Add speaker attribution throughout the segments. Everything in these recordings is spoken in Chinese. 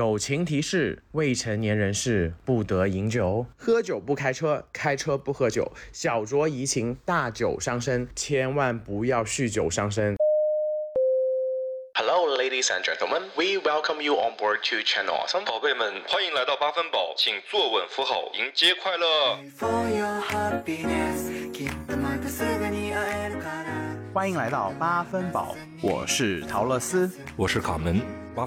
Speaker 1: 友情提示：未成年人士不得饮酒，喝酒不开车，开车不喝酒，小酌怡情，大酒伤身，千万不要酗酒伤身。
Speaker 2: Hello, ladies and gentlemen. We welcome you on board to Channel Awesome.
Speaker 3: 宝贝们，欢迎来到八分饱，请坐稳扶好，迎接快乐。
Speaker 4: for your happiness きっとまたすぐに会えるから
Speaker 5: 欢迎来到八分饱，我是陶乐斯，
Speaker 3: 我是卡门。八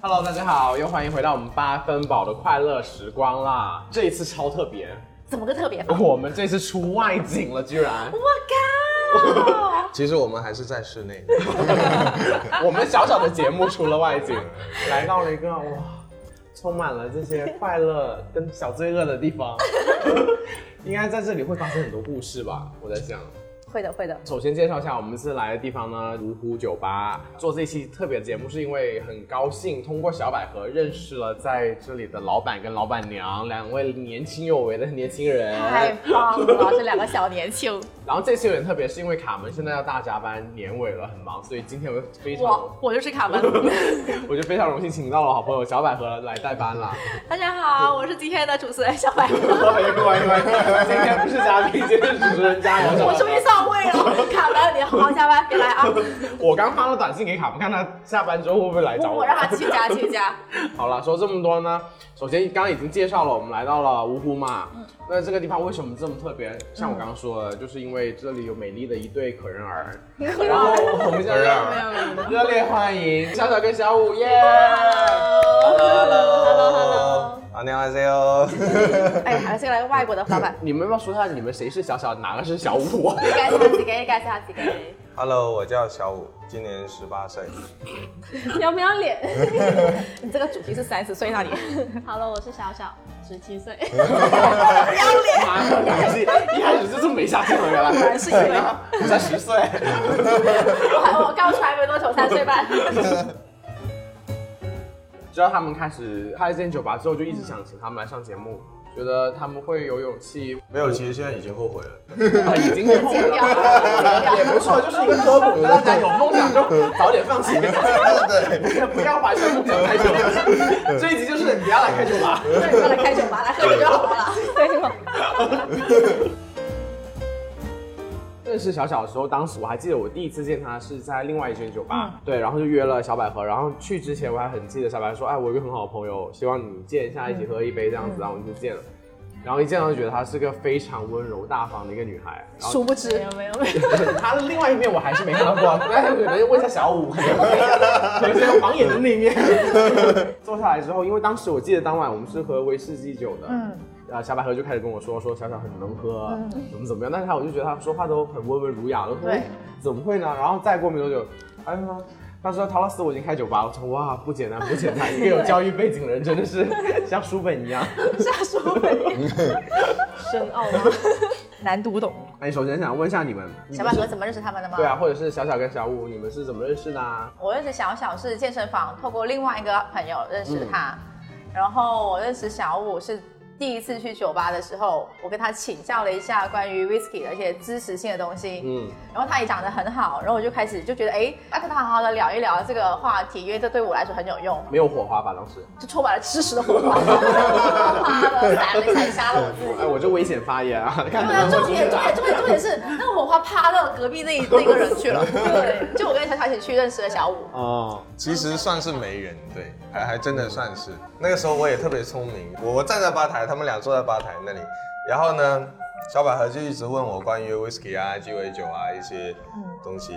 Speaker 1: Hello，大家好，又欢迎回到我们八分饱的快乐时光啦！这一次超特别，
Speaker 6: 怎么个特别法？
Speaker 1: 我们这次出外景了，居然。
Speaker 6: 我靠！
Speaker 7: 其实我们还是在室内。
Speaker 1: 我们小小的节目出了外景，来到了一个哇，充满了这些快乐跟小罪恶的地方。 应该在这里会发生很多故事吧？我在想。
Speaker 6: 会的，会的。
Speaker 1: 首先介绍一下，我们是来的地方呢，芜湖酒吧。做这期特别节目是因为很高兴通过小百合认识了在这里的老板跟老板娘两位年轻有为的年轻人。
Speaker 6: 太棒了，这两个小年轻，
Speaker 1: 然后这次有点特别，是因为卡门现在要大加班，年尾了很忙，所以今天我非常
Speaker 6: 我我就是卡门。
Speaker 1: 我就非常荣幸请到了好朋友小百合来代班 啦。
Speaker 6: 大家好，我是今天的主持人小白。我
Speaker 1: 欢迎欢迎欢迎！今天不是嘉宾，今天是主持人加油！
Speaker 6: 终于上位了，卡门，你好好下班，别来啊！
Speaker 1: 我刚发了短信给卡，看他下班之后会不会来找
Speaker 6: 我
Speaker 1: 我。
Speaker 6: 我让他去家去家。
Speaker 1: 好了，说这么多呢，首先刚刚已经介绍了，我们来到了芜湖嘛。那这个地方为什么这么特别？像我刚刚说的，就是因为这里有美丽的一对 可人儿。然后我们现在热烈欢迎小小跟小五耶！
Speaker 6: Hello，Hello，Hello。
Speaker 7: 안녕하세요。
Speaker 6: 哎，还是来个外国的老板，
Speaker 1: 你们要不要说一下你们谁是小小，哪个是小五啊？
Speaker 6: 该是他自己，该是他自己。
Speaker 7: Hello，我叫小五，今年十八岁。
Speaker 6: 要不要脸？你这个主题是三十岁那里。
Speaker 8: Hello，我是小小，十七岁。
Speaker 1: 妈的，感谢！ 一开始就是没下线了，原来
Speaker 6: 然是因为
Speaker 1: 我才十岁。
Speaker 6: 我还我刚出来没多久，三岁半。
Speaker 1: 知道他们开始开了这间酒吧之后，就一直想请他们来上节目，觉得他们会有勇气，
Speaker 7: 没有，其实现在已经后悔了。
Speaker 1: 啊、已经后悔
Speaker 6: 剪掉剪
Speaker 1: 了，
Speaker 6: 掉
Speaker 1: 也不错，就是一个科普，大家有梦想就早点放弃， 对，不要怀着梦想开酒。这一集就是你要来开酒吧。
Speaker 6: 那你过来开酒吧，来喝酒就好了。对吗？
Speaker 1: 认识小小的时候，当时我还记得我第一次见他是在另外一间酒吧，对，然后就约了小百合，然后去之前我还很记得小百合说，哎，我有一个很好的朋友，希望你见一下，一起喝一杯这样子，然后我们就见了，然后一见到就觉得她是个非常温柔大方的一个女孩，然后
Speaker 6: 殊不知，没有没有，
Speaker 1: 她的另外一面我还是没看到过，但是可能问一下小五，可能有些盲眼的那一面。坐下来之后，因为当时我记得当晚我们是喝威士忌酒的，嗯。啊，小百合就开始跟我说说小小很能喝，啊怎么怎么样，但是她我就觉得她说话都很温文儒雅，我就说
Speaker 6: 嗯对
Speaker 1: 哎怎么会呢？然后再过没多久，哎妈，她说陶老师我已经开酒吧了，我说哇不简单不简 单，一个有教育背景的人真的是像书本一样。
Speaker 6: 下属本深奥吗？难读懂。
Speaker 1: 哎，首先想问一下你们，你
Speaker 6: 小
Speaker 1: 们
Speaker 6: 百
Speaker 1: 是
Speaker 6: 合怎么认识他们的吗？
Speaker 1: 对啊，。或者是小小跟小五，你们是怎么认识的啊？
Speaker 6: 我认识小小是健身房透过另外一个朋友认识他，然后我认识小五是第一次去酒吧的时候，我跟他请教了一下关于 whisky 的一些知识性的东西，
Speaker 1: 嗯，
Speaker 6: 然后他也讲得很好，然后我就开始就觉得，哎，要跟他好好的聊一聊这个话题，因为这对我来说很有用，
Speaker 1: 没有火花吧？当时，
Speaker 6: 就充满了吃屎的火花， 妈的，闪了闪瞎了我自己。
Speaker 1: 哎，我这危险发言 啊！看
Speaker 6: 对啊，
Speaker 1: 怎么
Speaker 6: 重
Speaker 1: 会这
Speaker 6: 点重点
Speaker 1: 样
Speaker 6: 重点重点是那个火花趴到隔壁那那个人去了。 对，就我跟小小一起去认识了小五。
Speaker 1: 哦，
Speaker 7: 其实算是媒人，对，还还真的算是。那个时候我也特别聪明，我我站在吧台，他们俩坐在吧台那里，然后呢，小百合就一直问我关于 whisky 啊、鸡尾酒啊一些东西，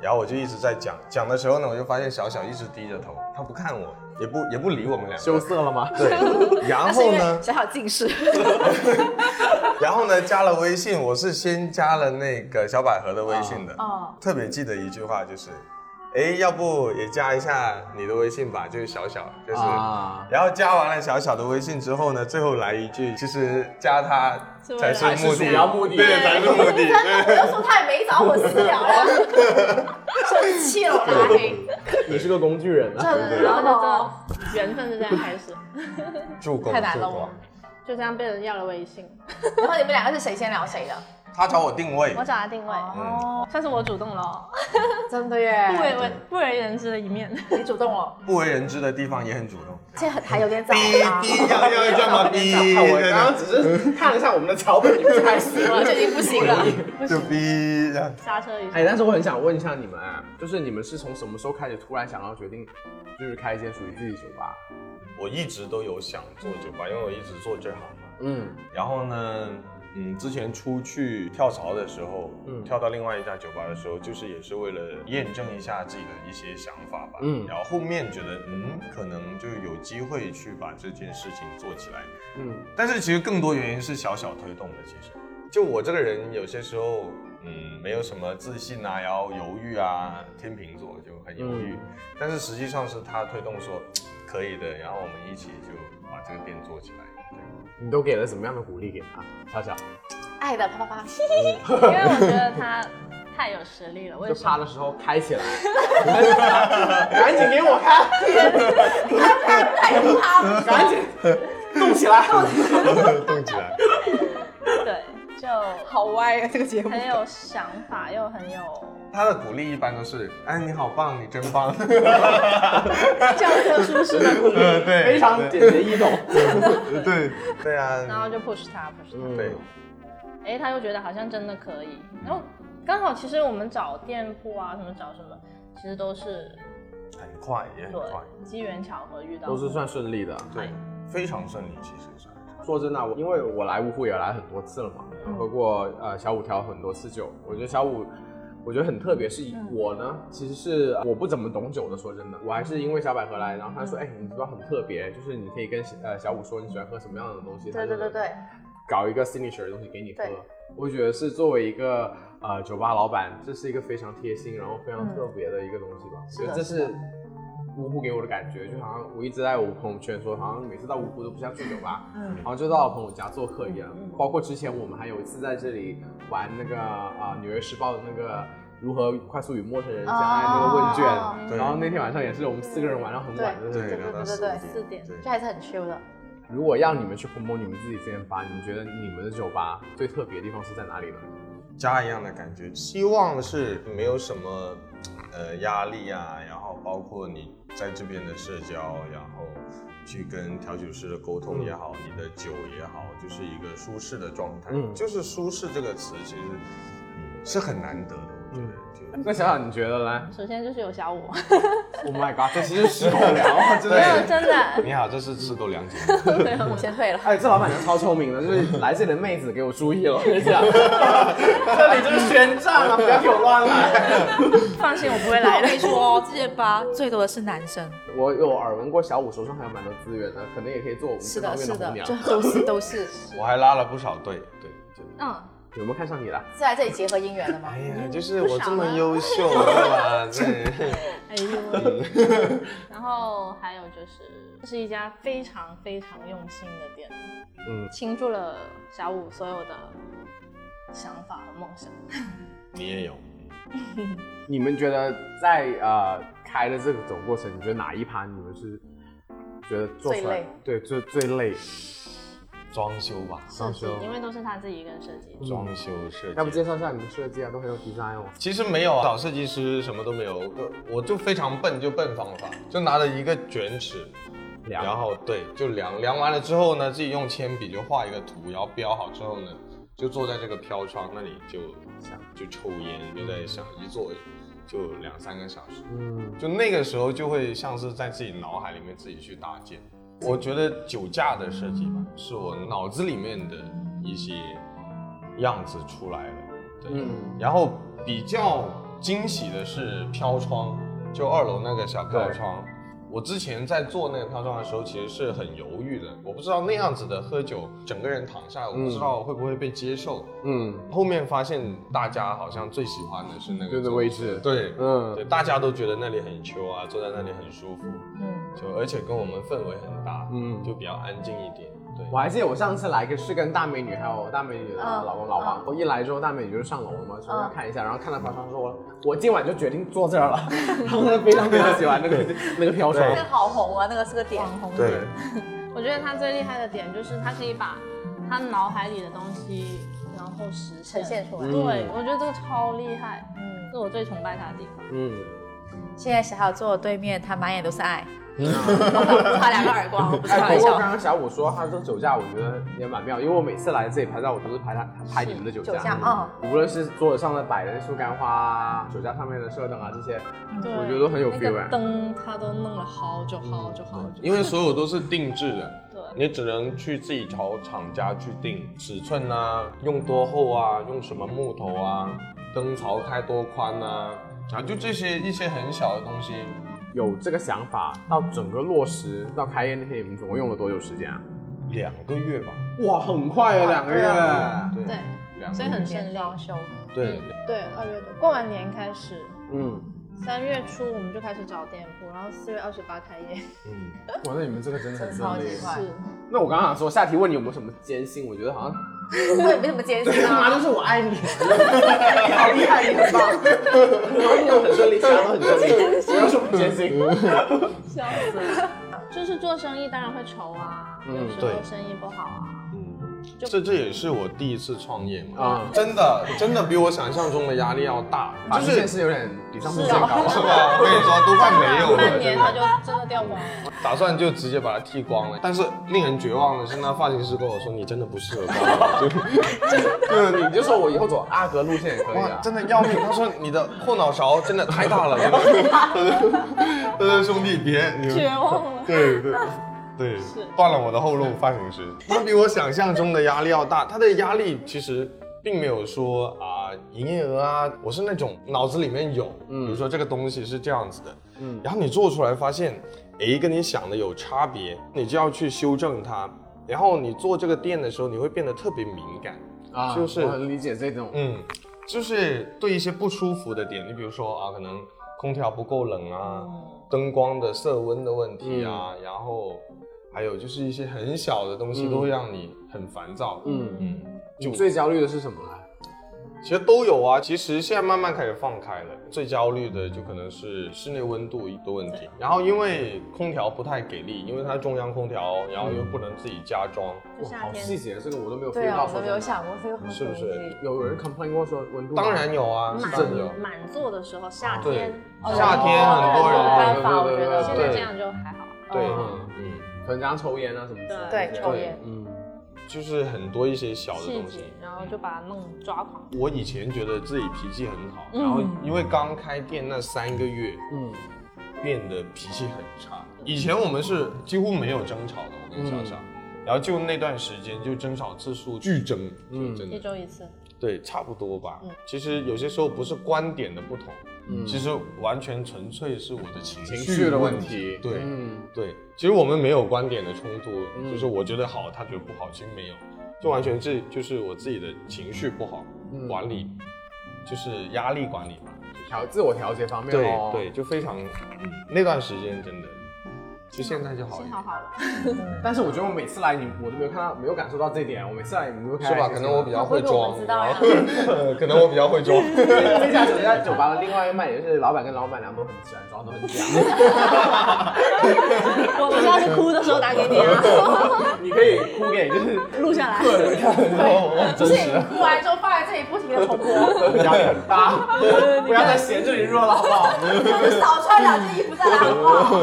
Speaker 7: 然后我就一直在讲，讲的时候呢，我就发现小小一直低着头，他不看我，也不也不理我们俩，
Speaker 1: 羞涩了吗？
Speaker 7: 对，然 后呢？
Speaker 6: 小小近视，
Speaker 7: 然后呢，加了微信，我是先加了那个小百合的微信的，
Speaker 6: 哦
Speaker 7: 特别记得一句话就是，哎，要不也加一下你的微信吧，就是小小，就是。
Speaker 6: 哦
Speaker 1: 啊，
Speaker 7: 然后加完了小小的微信之后呢，最后来一句，其实加他才是
Speaker 1: 还
Speaker 7: 目
Speaker 1: 是主
Speaker 7: 的，
Speaker 1: 要目的，
Speaker 7: 对，才是目的。
Speaker 6: 我
Speaker 7: 对
Speaker 6: 又说他也没找我私聊 了，生气了，拉黑。
Speaker 1: 你是个工具人啊。
Speaker 6: 真
Speaker 8: 然
Speaker 6: 的
Speaker 8: 后
Speaker 6: 哦，
Speaker 8: 就这缘分就这样开 始，
Speaker 7: 助攻，
Speaker 6: 太难了
Speaker 7: 助攻
Speaker 6: 我
Speaker 8: 就这样被人要了微信，
Speaker 6: 然后你们两个是谁先聊谁的？
Speaker 7: 他找我定位
Speaker 8: 我，找他定位，
Speaker 6: 哦，
Speaker 8: 算是我主动了哦，
Speaker 6: 真的
Speaker 8: 不为
Speaker 6: 耶，
Speaker 8: 为不为人知的一面。
Speaker 6: 你主动了，
Speaker 7: 不为人知的地方也很主动。
Speaker 6: 这很还有点早
Speaker 7: 逼
Speaker 6: 啊，
Speaker 7: 逼要要 干嘛逼？
Speaker 1: 我刚刚只是看了一下我们的脚本，就开始
Speaker 6: 我
Speaker 8: 啊
Speaker 1: 了。
Speaker 6: 这已经不行了。
Speaker 7: 就逼这样。
Speaker 8: 刹车一下
Speaker 1: 哎，，但是我很想问一下你们，啊，就是你们是从什么时候开始突然想要决定，就是开一间属于自己酒吧？
Speaker 7: 我一直都有想做酒吧，因为我一直做这行嘛。
Speaker 1: 嗯，
Speaker 7: 然后呢，嗯，之前出去跳槽的时候，
Speaker 1: 嗯
Speaker 7: 跳到另外一家酒吧的时候，就是也是为了验证一下自己的一些想法吧。
Speaker 1: 嗯
Speaker 7: 然后后面觉得，嗯，可能就有机会去把这件事情做起来。
Speaker 1: 嗯，
Speaker 7: 但是其实更多原因是小小推动的。其实，就我这个人有些时候，嗯，没有什么自信啊，然后犹豫啊，天秤座就很犹豫。但是实际上是他推动说嗯可以的，然后我们一起就把这个店做起来。 对
Speaker 1: 你都给了什么样的鼓励给他？小小，
Speaker 6: 爱的啪啪啪，
Speaker 8: 因为我觉得他太有实力了，我也
Speaker 1: 就是啪的时候开起来，赶紧给我开，
Speaker 6: 爱的啪啪啪。
Speaker 1: 赶紧动起来。
Speaker 7: 动起来。
Speaker 8: 对，就
Speaker 6: 好歪啊，这个节目
Speaker 8: 很有想法，又很有
Speaker 7: 他的鼓励一般都是：“哎，你好棒，你真棒。
Speaker 8: 教科书式的鼓励，
Speaker 7: 呃”对，
Speaker 1: 非常简洁易懂。
Speaker 7: 对对对
Speaker 8: 然后
Speaker 7: 啊，
Speaker 8: 就 push 他，push 他。
Speaker 1: 嗯
Speaker 7: 对，
Speaker 8: 哎，他又觉得好像真的可以。然后刚好，其实我们找店铺啊，什么找什么，其实都是
Speaker 7: 很快也很
Speaker 8: 对
Speaker 7: 快，
Speaker 8: 机缘巧合遇到，
Speaker 1: 都是算顺利的。啊
Speaker 7: 对，非常顺利，其实是。
Speaker 1: 说真的啊，我因为我来芜湖也来很多次了嘛，
Speaker 6: 嗯
Speaker 1: 喝过呃小五调很多次酒，我觉得小五。我觉得很特别，是
Speaker 6: 嗯
Speaker 1: 我呢，其实是呃我不怎么懂酒的。说真的，我还是因为小百合来，然后他
Speaker 6: 嗯
Speaker 1: 说：“哎、你知道很特别，就是你可以跟呃小五说你喜欢喝什么样的东西。”
Speaker 6: 对对对，对，
Speaker 1: 搞一个 signature 的东西给你喝
Speaker 6: 对。
Speaker 1: 我觉得是作为一个呃酒吧老板，这是一个非常贴心，然后非
Speaker 6: 嗯
Speaker 1: 常特别的一个东西吧。我觉得这是芜湖给我的感觉，就好像我一直在我朋友圈说，好像每次到芜湖都不像去酒吧，嗯，好像就到了朋友家做客一
Speaker 6: 嗯
Speaker 1: 样。包括之前我们还有一次在这里玩那个啊、呃《纽约时报》的那个。如何快速与陌生人相爱那个问卷，
Speaker 6: 哦
Speaker 7: 对
Speaker 1: 然后那天晚上也是我们四个人玩到很晚的那种。
Speaker 7: 对，聊到
Speaker 6: 对对
Speaker 7: 四
Speaker 6: 对
Speaker 7: 点，
Speaker 8: 四点
Speaker 7: 对
Speaker 6: 这还是很 chill 的。
Speaker 1: 如果让你们去 promo 你们自己这间吧，你们觉得你们的酒吧最特别的地方是在哪里呢？
Speaker 7: 家一样的感觉。希望是没有什么呃压力啊，然后包括你在这边的社交，然后去跟调酒师的沟通也好，你的酒也好，就是一个舒适的状态。
Speaker 1: 嗯
Speaker 7: 就是舒适这个词，其实嗯是很难得的，我觉得。就
Speaker 1: 那小小你觉得呢
Speaker 8: 首先就是有小五，
Speaker 1: ？Oh my god，这其实是狗粮，真
Speaker 8: 没有
Speaker 1: 的。
Speaker 8: 真的
Speaker 7: 你好，这是自狗良节。
Speaker 8: 没有
Speaker 6: 我先退了，
Speaker 1: 哎，这老板娘超聪明的，就是来这里的妹子给我注意了，就这样， 这里就是宣战啊，不要给我乱来。
Speaker 8: 放心，我 不会来的。
Speaker 6: 说，这些吧最多的是男生，
Speaker 1: 我有耳闻过小五手上还有蛮多资源的，可能也可以做我们
Speaker 6: 是
Speaker 1: 这
Speaker 6: 的，
Speaker 1: 方
Speaker 6: 是
Speaker 1: 面的
Speaker 6: 的
Speaker 1: 红，娘
Speaker 6: 就。都是都是，
Speaker 7: 我还拉了不少队，对。真的
Speaker 8: 嗯，
Speaker 1: 有没有看上你了？
Speaker 6: 是来这里结合姻缘的吗
Speaker 7: 哎？呀，就是
Speaker 8: 啊
Speaker 7: 我这么优秀，对 吧？对，
Speaker 8: 哎呦， 然后还有就是，这是一家非常非常用心的店，
Speaker 1: 嗯，
Speaker 8: 倾注了小五所有的想法和梦想。
Speaker 7: 你也有。
Speaker 1: 你们觉得在呃开的这个种过程，你觉得哪一盘你们是觉得做出
Speaker 6: 最
Speaker 1: 来
Speaker 6: 累
Speaker 1: 对最最累？
Speaker 7: 装修吧，
Speaker 1: 装修嗯
Speaker 8: 设计因为都是他自己一个人设计。
Speaker 7: 装修设计。
Speaker 1: 要不介绍一下你们设计啊，都很有 design 哦。
Speaker 7: 其实没有啊，找设计师什么都没有，我我就非常笨，就笨方法，就拿了一个卷尺，
Speaker 1: 凉
Speaker 7: 然后对，就量量完了之后呢，自己用铅笔就画一个图，然后标好之后呢，就坐在这个飘窗那里就想就抽烟，就在想一坐就两三个小时，
Speaker 1: 嗯，
Speaker 7: 就那个时候就会像是在自己脑海里面自己去搭建。我觉得酒架的设计吧，是我脑子里面的一些样子出来了。对，
Speaker 1: 嗯
Speaker 7: 然后比较惊喜的是飘窗，就二楼那个小飘窗，我之前在做那个飘装的时候，其实是很犹豫的，我不知道那样子的喝酒，整个人躺下，我不知道会不会被接受。
Speaker 1: 嗯，
Speaker 7: 后面发现大家好像最喜欢的是那
Speaker 1: 就
Speaker 7: 个
Speaker 1: 是位置，
Speaker 7: 对，
Speaker 1: 嗯
Speaker 7: 对，大家都觉得那里很秋啊，坐在那里很舒服，
Speaker 8: 嗯，
Speaker 7: 就而且跟我们氛围很搭，
Speaker 1: 嗯
Speaker 7: 就比较安静一点。对，
Speaker 1: 我还记得我上次来个是跟大美女还有大美女的老
Speaker 6: 嗯
Speaker 1: 公老王，我一来之后大美女就上楼了嘛，说要看一下，然后看到飘窗说，我我今晚就决定坐这 儿了，然后她非常非常喜欢那个那个飘窗
Speaker 6: 那，个好红啊，那个是个点。
Speaker 8: 网红。
Speaker 7: 对，
Speaker 8: 我觉得他最厉害的点就是他可以把他脑海里的东西，然后实
Speaker 6: 呈现
Speaker 1: 嗯
Speaker 6: 出来
Speaker 8: 对，我觉得这个超厉害，
Speaker 6: 嗯，
Speaker 8: 这是我最崇拜他的地方。
Speaker 1: 嗯，
Speaker 6: 现在小小坐我对面，他满眼都是爱，他两个耳光， 不是开
Speaker 1: 哎，
Speaker 6: 玩
Speaker 1: 不过
Speaker 6: 笑
Speaker 1: 刚。刚小五说他这个酒驾，我觉得也蛮妙，因为我每次来这里拍照，我都是拍他拍你们的酒
Speaker 6: 酒驾嗯
Speaker 1: 无论是桌子上的摆的树干花啊，酒架上面的射灯啊这些，
Speaker 8: 对，
Speaker 1: 我觉得都很有
Speaker 8: 那
Speaker 1: feel 嗯哎
Speaker 8: 个灯他都弄了好久好久好久。
Speaker 7: 因为所有都是定制的，
Speaker 8: 对，
Speaker 7: 你只能去自己找厂家去定尺寸啊，用多厚啊，用什么木头啊，灯槽开多宽啊，啊，就这些一些很小的东西。
Speaker 1: 有这个想法到整个落实到开业那天，你们总共用了多久时间啊？
Speaker 7: 两个月吧，
Speaker 1: 哇，很快啊，两个月。
Speaker 8: 对，
Speaker 7: 两
Speaker 8: 所
Speaker 7: 个
Speaker 8: 以
Speaker 7: 月
Speaker 8: 很顺利。
Speaker 6: 装修，
Speaker 7: 对，
Speaker 8: 对，二月多过完年开始，
Speaker 1: 嗯，
Speaker 8: 三月初我们就开始找店铺，然后四月二十八开业。
Speaker 7: 嗯，
Speaker 1: 哇，那你们这个真的很
Speaker 6: 真超
Speaker 1: 顺
Speaker 6: 级
Speaker 1: 利。
Speaker 6: 快
Speaker 8: 是，
Speaker 1: 那我刚刚想说，下题问你有没有什么坚信？我觉得好像
Speaker 6: 我也没怎么 坚持
Speaker 1: 妈
Speaker 6: 啊
Speaker 1: 就。是我爱你，你 好厉害，你很棒，然后你又很顺利，其他都很 顺利，不要说不艰辛。
Speaker 8: 笑死。就是做生意当然会愁啊，
Speaker 1: 嗯
Speaker 8: 有时
Speaker 7: 对
Speaker 8: 候生意不好啊。就
Speaker 7: 这这也是我第一次创业嘛，
Speaker 1: 啊
Speaker 7: 真的真的比我想象中的压力要大，
Speaker 1: 就
Speaker 7: 就
Speaker 1: 啊
Speaker 7: 是
Speaker 1: 是现实有点比上不
Speaker 8: 是
Speaker 1: 见高
Speaker 8: 啊
Speaker 7: 是吧？我 跟你说，都快没有了，
Speaker 8: 半
Speaker 7: 真
Speaker 8: 年他
Speaker 7: 的，
Speaker 8: 就真的掉光 了。
Speaker 7: 打算就直接把它剃光了。但是令人绝望的是，那发型师跟我说，你真的不适合光 头，
Speaker 1: 对，你就说我以后走阿格路线也可以
Speaker 8: 哎
Speaker 7: 哇，
Speaker 1: 啊。
Speaker 7: 真的要命！他说你的后脑勺真的太大了，真的。他说兄弟别，你
Speaker 8: 绝望 了
Speaker 7: 对对对，断了我的后路，发型师。他比我想象中的压力要大，他的压力其实。并没有说啊、营业额啊，我是那种脑子里面有，比如说这个东西是这样子的，嗯，然后你做出来发现，诶，跟你想的有差别，你就要去修正它，然后你做这个店的时候，你会变得特别敏感，
Speaker 1: 啊，
Speaker 7: 就是
Speaker 1: 我很理解这种，
Speaker 7: 嗯，就是对一些不舒服的点，你比如说啊，可能空调不够冷啊，
Speaker 8: 哦
Speaker 7: 灯光的色温的问题啊，
Speaker 8: 嗯
Speaker 7: 然后还有就是一些很小的东西都会让你很烦躁。嗯嗯，
Speaker 1: 你最焦虑的是什么啊？
Speaker 7: 其实都有啊。其实现在慢慢开始放开了，最焦虑的就可能是室内温度的问题。然后因为空调不太给力，因为它中央空调，然后又不能自己加装，
Speaker 1: 哇，好细节，这个我都没有
Speaker 6: 对
Speaker 1: feel
Speaker 6: 啊，
Speaker 1: 到。
Speaker 6: 我都没有想过这个很
Speaker 7: 是不是
Speaker 6: 神奇
Speaker 1: 有人 complain 过说温度
Speaker 8: 嗯
Speaker 1: 吗
Speaker 7: 当然有啊，是真的有
Speaker 8: 满。满座的时候，夏天
Speaker 7: 对夏天很多人
Speaker 8: 哦没办法，我
Speaker 1: 对对
Speaker 8: 觉
Speaker 1: 对对
Speaker 8: 得现
Speaker 1: 对
Speaker 8: 在这样就还好。
Speaker 7: 对，
Speaker 1: 嗯
Speaker 7: 嗯。
Speaker 1: 可能加抽烟啊什么之类的。
Speaker 6: 对，抽烟。
Speaker 1: 嗯，
Speaker 7: 就是很多一些小的
Speaker 8: 细
Speaker 7: 东西嗯
Speaker 8: 节。，然后就把它弄抓狂。
Speaker 7: 我以前觉得自己脾气很好，
Speaker 1: 嗯
Speaker 7: 然后因为刚开店那三个月，嗯，变得脾气很差。以前我们是几乎没有争吵的，我跟小小，
Speaker 1: 嗯
Speaker 7: 然后就那段时间就争吵次数剧增，嗯，真
Speaker 8: 一
Speaker 7: 的
Speaker 8: 周一次，
Speaker 7: 对，差不多吧。其实有些时候不是观点的不同，其实完全纯粹是我的情
Speaker 1: 嗯情
Speaker 7: 绪
Speaker 1: 绪的问
Speaker 7: 题。
Speaker 1: 题。
Speaker 7: 对
Speaker 1: 嗯，
Speaker 7: 对，其实我们没有观点的冲突，就是我觉得好，他觉得不好，其实没有，就完全是就是我自己的情绪不好，管理就是压力管理嘛。
Speaker 1: 调自我调节方面
Speaker 7: 对
Speaker 1: 哦。
Speaker 7: 对，就嗯非常、那段时间真的，就现在就好了
Speaker 8: 幸，好好了。
Speaker 1: 但是我觉得我每次来你，我都没有看到，没有感受到这一点。我每次来你们都开
Speaker 7: 是吧？
Speaker 1: 开心
Speaker 7: 可
Speaker 1: 心
Speaker 7: 能我比较会
Speaker 6: 会不会我
Speaker 7: 装，
Speaker 6: 知道呀
Speaker 7: 后 可能我比较 会装。
Speaker 1: 这家酒这家酒吧的另外一半也是老板跟老板娘都很喜欢装，都很假。
Speaker 8: 我们下次哭的时候打给你 啊，
Speaker 1: 你可以哭给就是
Speaker 8: 录下来。
Speaker 1: 客人看，然后
Speaker 6: 不是你哭完之后放在这里不停的重播，
Speaker 1: 压力很大，不要再嫌这里热了，好不好？
Speaker 6: 就少穿两件衣服在那好不好？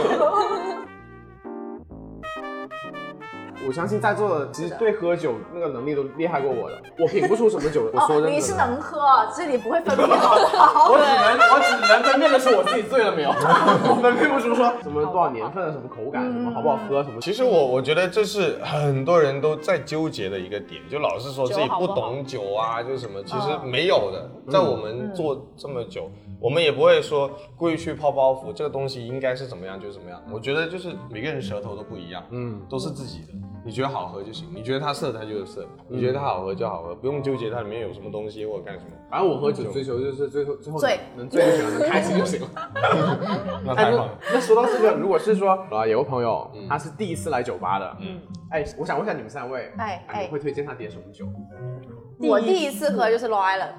Speaker 1: 我相信在座的其实对喝酒那个能力都厉害过我的，我品不出什么酒。我说
Speaker 6: 哦，
Speaker 1: 真的，
Speaker 6: 你是能喝，只是你不会分辨，好不好？
Speaker 1: 我只能我只能分辨的是我自己醉了没有， 我分辨不出说什么多少年份、什么口感、什么好不好喝、什么。
Speaker 7: 其实我我觉得这是很多人都在纠结的一个点，就老是说自己不懂酒啊，就是什么，其实没有的。在我们做这么久，我们也不会说故意去泡包袱，这个东西应该是怎么样就怎么样。我觉得就是每个人舌头都不一样，嗯，都是自己的，你觉得好喝就行，你觉得它涩它就是涩，你觉得它好喝就好喝，不用纠结它里面有什么东西或者干什么。
Speaker 1: 反正我喝酒追求就是最后最后
Speaker 6: 醉
Speaker 1: 能醉就行，能开心就行了。哎
Speaker 7: 那太好
Speaker 1: 那
Speaker 7: 了。
Speaker 1: 那说到这个，如果是说啊，有个朋友他是第一次来酒吧的，嗯，哎，我想问一下你们三位，
Speaker 6: 哎
Speaker 1: 哎，你们会推荐他点什么酒？
Speaker 6: 我第一次喝就是 Long Island，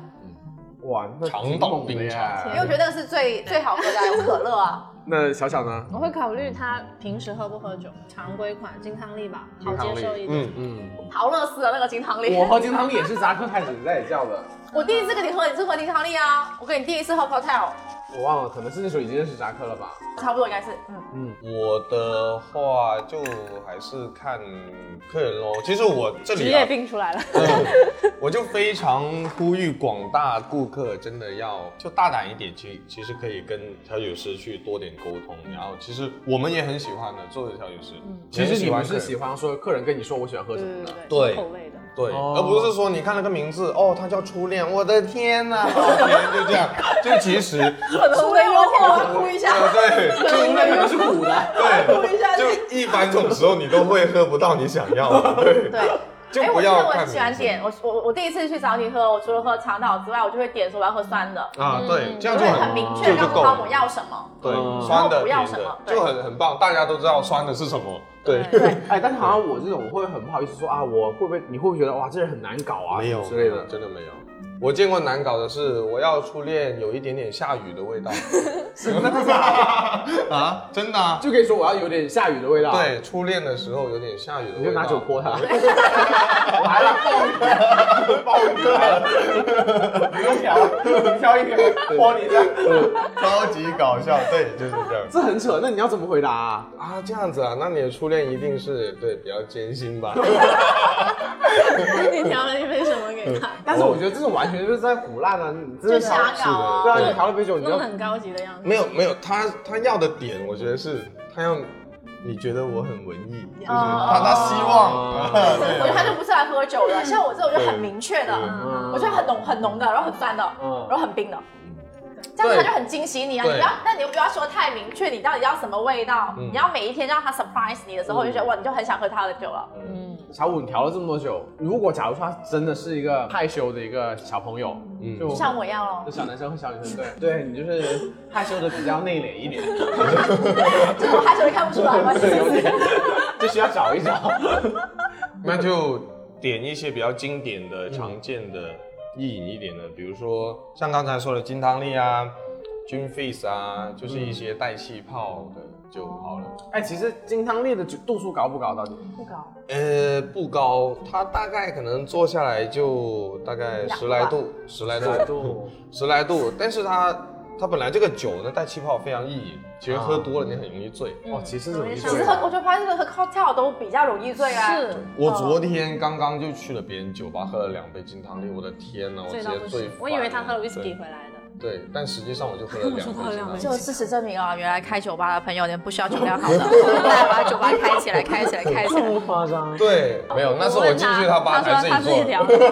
Speaker 1: 哇，那
Speaker 7: 长
Speaker 1: 挺
Speaker 7: 岛
Speaker 1: 猛的
Speaker 7: 冰
Speaker 1: 耶
Speaker 7: 茶
Speaker 1: 哎
Speaker 6: 因为我觉得那个是最最好喝的，有可乐啊。
Speaker 1: 那小小呢？
Speaker 8: 我会考虑他平时喝不喝酒，常规款金汤力吧，好接受一点。
Speaker 7: 嗯嗯，
Speaker 6: 陶乐斯的那个金汤力，
Speaker 1: 我喝金汤力也是扎克开始在叫的，
Speaker 6: 我第一次跟你喝，你是喝金汤力啊，我跟你第一次喝 cocktail，
Speaker 1: 我忘了，可能是那时候已经认识扎克了吧。
Speaker 6: 差不多应该是，嗯，
Speaker 7: 我的话就还是看客人咯。其实我这
Speaker 8: 职
Speaker 7: 里、啊、
Speaker 8: 业病出来了，
Speaker 7: 对， 我就非常呼吁广大顾客真的要就大胆一点去，其实可以跟调酒师去多点沟通。然后其实我们也很喜欢的，作为调酒师，
Speaker 6: 嗯
Speaker 1: 其实你们是
Speaker 7: 很
Speaker 1: 喜欢说客人跟你说我喜欢喝
Speaker 8: 对
Speaker 1: 什么
Speaker 8: 对
Speaker 1: 的，
Speaker 8: 对，
Speaker 7: 对
Speaker 8: 是口味的。
Speaker 7: 对，
Speaker 1: 哦
Speaker 7: 而不是说你看了个名字哦，他叫初恋，我的天呐，好甜就这样，就其实
Speaker 6: 初恋我天，我哭一 下，
Speaker 7: 对，就
Speaker 1: 应该可能是苦 的。
Speaker 6: 哭一下
Speaker 7: 对，就一般这种时候你都会喝不到你想要的，对，
Speaker 6: 对。
Speaker 7: 就
Speaker 6: 哎，
Speaker 7: 不
Speaker 6: 我记得
Speaker 7: 要
Speaker 6: 我很
Speaker 7: 看
Speaker 6: 喜欢
Speaker 7: 名字
Speaker 6: 点，我我我第一次去找你喝，我除了喝长岛之外，我就会点说我要喝酸的，
Speaker 7: 啊，对，这样
Speaker 6: 我
Speaker 7: 就
Speaker 6: 会嗯很明确
Speaker 7: 这
Speaker 6: 告
Speaker 7: 就
Speaker 6: 诉
Speaker 7: 够
Speaker 6: 他
Speaker 7: 了
Speaker 6: 我要什么。
Speaker 7: 对，
Speaker 1: 嗯
Speaker 7: 酸的、
Speaker 6: 不要
Speaker 7: 甜
Speaker 6: 什么
Speaker 7: 的，
Speaker 6: 对
Speaker 7: 就很很棒，大家都知道酸的是什么。对，
Speaker 1: 哎，但是好像我这种我会很不好意思说啊，我会不会你会不会觉得哇，这人很难搞啊
Speaker 7: 没有
Speaker 1: 之类的？
Speaker 7: 真的没有。我见过难搞的是，我要初恋有一点点下雨的 味道。 啊，真的啊。
Speaker 1: 就可以说我要有点下雨的味道。，
Speaker 7: 对，初恋的时候有点下雨的味道。
Speaker 1: 你就拿酒泼他。我 来了，暴雨，暴雨来了，不用调，你挑一瓶泼你的。
Speaker 7: 超级搞笑，对，就是这样。
Speaker 1: 这很扯，那你要怎么回答啊？
Speaker 7: 啊，这样子啊，那你的初恋一定是对比较艰辛吧？
Speaker 8: 你调了一杯什么给他？
Speaker 1: 但是我觉得这种完全就是在胡乱啊，你真的
Speaker 6: 就
Speaker 1: 想
Speaker 6: 瞎搞啊
Speaker 1: 对啊，你调了杯酒，你
Speaker 8: 弄
Speaker 1: 就
Speaker 8: 得很高级的样子。
Speaker 7: 嗯没有没有，他他要的点，我觉得是他要你觉得我很文艺，就是
Speaker 6: 哦
Speaker 7: 他他希
Speaker 1: 啊
Speaker 7: 望，对
Speaker 6: 我觉得他就不是来喝酒的，像我这种就很明确的，
Speaker 1: 嗯
Speaker 6: 我觉得很浓很浓的，然后很酸的，
Speaker 1: 嗯
Speaker 6: 然后很冰的，这样他就很惊喜你啊！你
Speaker 7: 对
Speaker 6: 不要，那你又不要说太明确，你到底要什么味道？
Speaker 1: 嗯
Speaker 6: 你要每一天让他 surprise 你的时候，我就觉得哇，你就很想喝他的酒了。
Speaker 1: 小五，你调了这么多酒，如果假如说他真的是一个害羞的一个小朋友，
Speaker 7: 嗯
Speaker 1: 就
Speaker 6: 像我一样咯
Speaker 1: 就，小男生和小女生，对，对你就是害羞的比较内敛一点，
Speaker 6: 这种害羞的看不出来吗？其
Speaker 1: 嗯对，有
Speaker 6: 实
Speaker 1: 点就需要找一找。
Speaker 7: 那就点一些比较经典的、常见的、意淫一点的，比如
Speaker 8: 嗯
Speaker 7: 说像刚才说的金汤力啊、君 face 啊，就是一些带气泡的就好了。
Speaker 8: 嗯
Speaker 1: 哎，其实金汤力的酒度数高不高？到底
Speaker 7: 呃，不高，它大概可能坐下来就大概十来度，十来度，十来度，但是它。它本来这个酒呢带气泡非常易饮，其实喝多了你很容易醉。
Speaker 8: 嗯
Speaker 1: 哦，其实容易
Speaker 6: 其
Speaker 1: 醉
Speaker 6: 实。喝，我就发现喝 cocktail 都比较容易醉啊。
Speaker 8: 是，
Speaker 7: 我昨天刚刚就去了别人酒吧喝了两杯金汤力，我的天呐，我直
Speaker 8: 醉到
Speaker 7: 接
Speaker 8: 不
Speaker 7: 醉
Speaker 8: 行
Speaker 7: 翻。
Speaker 8: 我以为他喝了
Speaker 7: 对
Speaker 8: whisky 回来的，
Speaker 7: 对，但实际上我就喝了两
Speaker 8: 我说喝了两
Speaker 7: 杯
Speaker 8: 杯
Speaker 7: 酒
Speaker 6: 就。事实证明啊，原来开酒吧的朋友连不需要酒量 好的，大家把酒吧开起来，开起来，开起来。
Speaker 1: 么夸张？
Speaker 7: 对，没有，那是我进去他吧
Speaker 8: 他
Speaker 7: 台
Speaker 8: 说他
Speaker 7: 自
Speaker 8: 自
Speaker 7: 己
Speaker 8: 己
Speaker 7: 做
Speaker 8: 调
Speaker 7: 的。
Speaker 8: 的，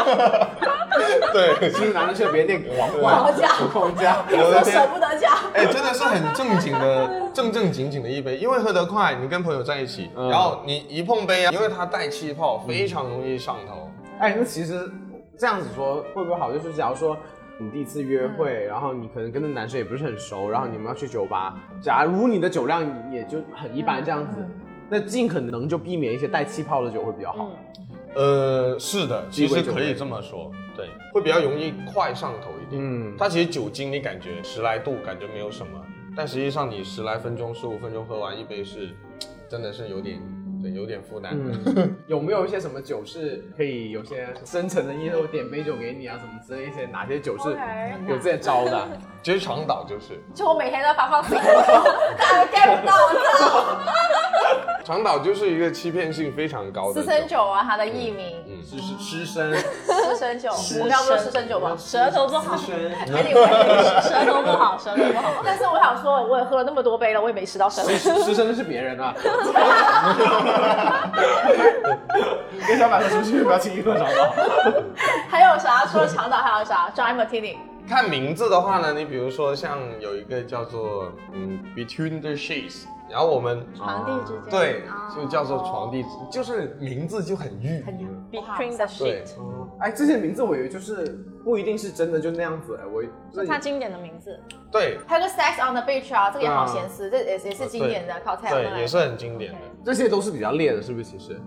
Speaker 7: 对，
Speaker 1: 其实男的去别人店狂
Speaker 6: 吵
Speaker 1: 灌，
Speaker 6: 架，
Speaker 1: 狂加。
Speaker 7: 我的
Speaker 6: 都舍
Speaker 7: 天，
Speaker 6: 不得讲。
Speaker 7: 哎，真的是很正经的，正正经经的一杯，因为喝得快，你跟朋友在一起，
Speaker 1: 嗯
Speaker 7: 然后你一碰杯啊，因为它带气泡，非常容易上头。
Speaker 1: 哎，那其实这样子说会不会好？就是假如说你第一次约会，然后你可能跟那男生也不是很熟，然后你们要去酒吧，假如你的酒量也就很一般这样子，那尽可能就避免一些带气泡的酒会比较好。
Speaker 7: 呃，是的，其
Speaker 1: 鸡尾
Speaker 7: 实
Speaker 1: 酒
Speaker 7: 可以这么说，对，会比较容易快上头一点。
Speaker 1: 嗯
Speaker 7: 它其实酒精你感觉十来度感觉没有什么，但实际上你十来分钟、十五分钟喝完一杯是，真的是有点，对，有点负担。
Speaker 1: 嗯，有没有一些什么酒是可以有些深层的意思？我点杯酒给你啊，什么之类一些哪些酒是有这些招的啊？
Speaker 7: 其实长岛就是
Speaker 6: 就我每天都发放信息，大家都 get 不到，我操！
Speaker 7: 长岛就是一个欺骗性非常高的
Speaker 6: 私
Speaker 7: 这种。
Speaker 6: 生酒啊，它的艺名
Speaker 1: 是是师生，
Speaker 6: 私生酒，我刚说私生酒吧。
Speaker 8: 舌头不好
Speaker 1: 师，生，
Speaker 6: 哎，你 们
Speaker 8: 舌头不好，舌头不好。
Speaker 6: 但是我想说，我也喝了那么多杯了，我也没吃到生。
Speaker 1: 师生是别人啊。跟小百合出去不要轻易喝小岛。
Speaker 6: 还有啥？除了长岛还有啥？Dry Martini。
Speaker 7: 看名字的话呢，你比如说像有一个叫做嗯 Between the Sheets，然后我们
Speaker 8: 床地之间，
Speaker 7: 哦对
Speaker 6: 啊
Speaker 7: 就叫做床地，就是名字就很御。
Speaker 8: ，between the
Speaker 7: 对
Speaker 8: sheet，，
Speaker 1: 哎，这些名字我以为就是不一定是真的，就那样子。哎，我
Speaker 8: 是他经典的名字。
Speaker 7: 对
Speaker 6: 还有个 Sex on the Beach 啊，这个也好咸湿，这也也是经典的 cocktail。
Speaker 7: 对，也是很经典的。
Speaker 1: 这些都是比较烈的，是不是？其实，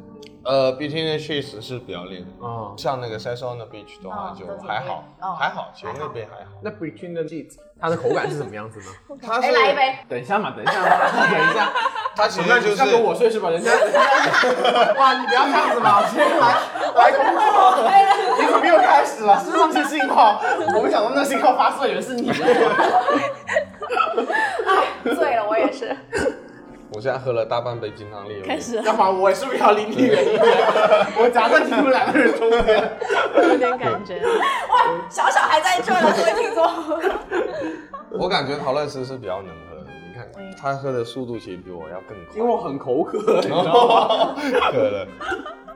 Speaker 7: 呃，Between the Sheets 是比较练的，
Speaker 1: 哦，
Speaker 7: 像那个 Sex on the Beach 的话
Speaker 6: 哦
Speaker 7: 就
Speaker 6: 都挺
Speaker 7: 还好
Speaker 6: 烈哦，
Speaker 7: 还好，其实那边还好。
Speaker 1: 那 Between the Sheets 它的口感是什么样 子呢？
Speaker 7: 它
Speaker 6: 哎，
Speaker 7: 是
Speaker 6: 来一杯。
Speaker 1: 等一下嘛，等一下嘛，等一下。
Speaker 7: 它其实
Speaker 1: 那
Speaker 7: 就
Speaker 1: 就是是跟我睡是吧？ 人家，人家哇，你不要这样子嘛！我今天来来工作， 你怎么又开始了？是上些信号，我没想到那信号发射的人是你。啊
Speaker 6: 醉了，我也 是。
Speaker 7: 我现在喝了大半杯金汤力，有点
Speaker 8: 开始
Speaker 1: 要不然我是不是要离你远一点？我夹在你们两个人中间。
Speaker 8: 有点感觉，
Speaker 6: 哇，小小还在这呢，各位听众。
Speaker 7: 我感觉陶乐斯是比较能喝的，你看他喝的速度其实比我要更快，
Speaker 1: 因为我很口渴，你知道吗？
Speaker 7: 哦渴了，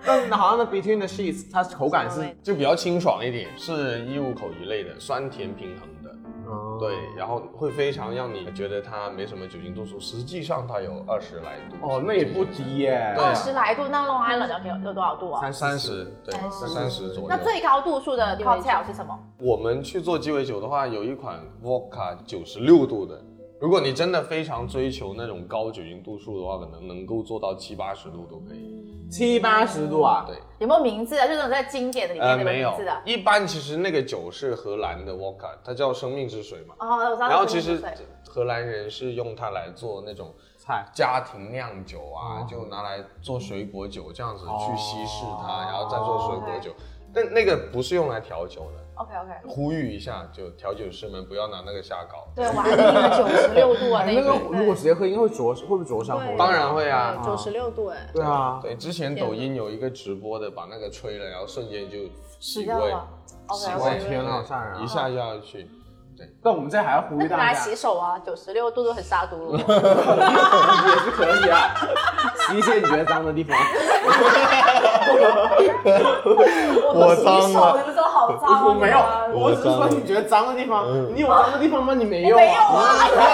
Speaker 1: 但好像那 Between the Sheets，它口感是
Speaker 7: 就比较清爽一点，是异物口一类的，酸甜平衡的。
Speaker 1: 哦
Speaker 7: 对，然后会非常让你觉得它没什么酒精度数，实际上它有二十来度。
Speaker 1: 哦，那也不低耶。
Speaker 7: 对啊
Speaker 6: 二十来度，那 Long Island 有有多少度啊？
Speaker 7: 三十，对，
Speaker 1: 哦
Speaker 7: 三十左右。
Speaker 6: 那最高度数的 cocktail 是什么？
Speaker 7: 我们去做鸡尾酒的话，有一款 vodka 九十六度的。如果你真的非常追求那种高酒精度数的话，可能能够做到七八十度都可以。
Speaker 1: 七八十度啊。
Speaker 7: 对，
Speaker 6: 有没有名字啊？就是那种在经典的里面
Speaker 7: 呃，
Speaker 6: 那个
Speaker 7: 没有
Speaker 6: 名字的。
Speaker 7: 一般其实那个酒是荷兰的 vodka，它叫生命之水嘛。
Speaker 6: 哦，我知道。
Speaker 7: 然后其实荷兰人是用它来做那种
Speaker 1: 菜
Speaker 7: 家庭酿酒啊，就拿来做水果酒这样子去稀释
Speaker 6: 哦
Speaker 7: 它，然后再做水果酒。但那个不是用来调酒的，
Speaker 6: OK OK。
Speaker 7: 呼吁一下，就调酒师们不要拿那个瞎搞。
Speaker 6: 对，我还是听了九十六度啊，那
Speaker 1: 那
Speaker 6: 一
Speaker 1: 个
Speaker 6: 瓶
Speaker 1: 如果直接喝，应该会灼，会不会灼伤喉咙？
Speaker 7: 当然会啊，
Speaker 8: 九十六度哎，
Speaker 1: 对啊，
Speaker 7: 对，之前抖音有一个直播的，把那个吹了，然后瞬间就
Speaker 6: 死
Speaker 7: 洗
Speaker 6: 掉
Speaker 7: 胃，
Speaker 6: 了。OK 哦
Speaker 1: 我的
Speaker 6: OK。
Speaker 1: 天啊，好吓人啊
Speaker 7: 一！下就要去。
Speaker 1: 但我们这还要呼吁
Speaker 6: 那你拿
Speaker 1: 大
Speaker 6: 来
Speaker 1: 家，
Speaker 6: 洗
Speaker 1: 也
Speaker 6: 手啊，九十六度都很杀毒了。
Speaker 1: 是可以 啊，洗一些你觉得脏的地方。
Speaker 6: 我洗手，你们都好脏啊。
Speaker 1: 我没有，
Speaker 6: 我
Speaker 1: 我只是说你觉得脏的地嗯方，你有脏的地方吗？你没有
Speaker 6: 没有
Speaker 1: 啊。
Speaker 6: 啊。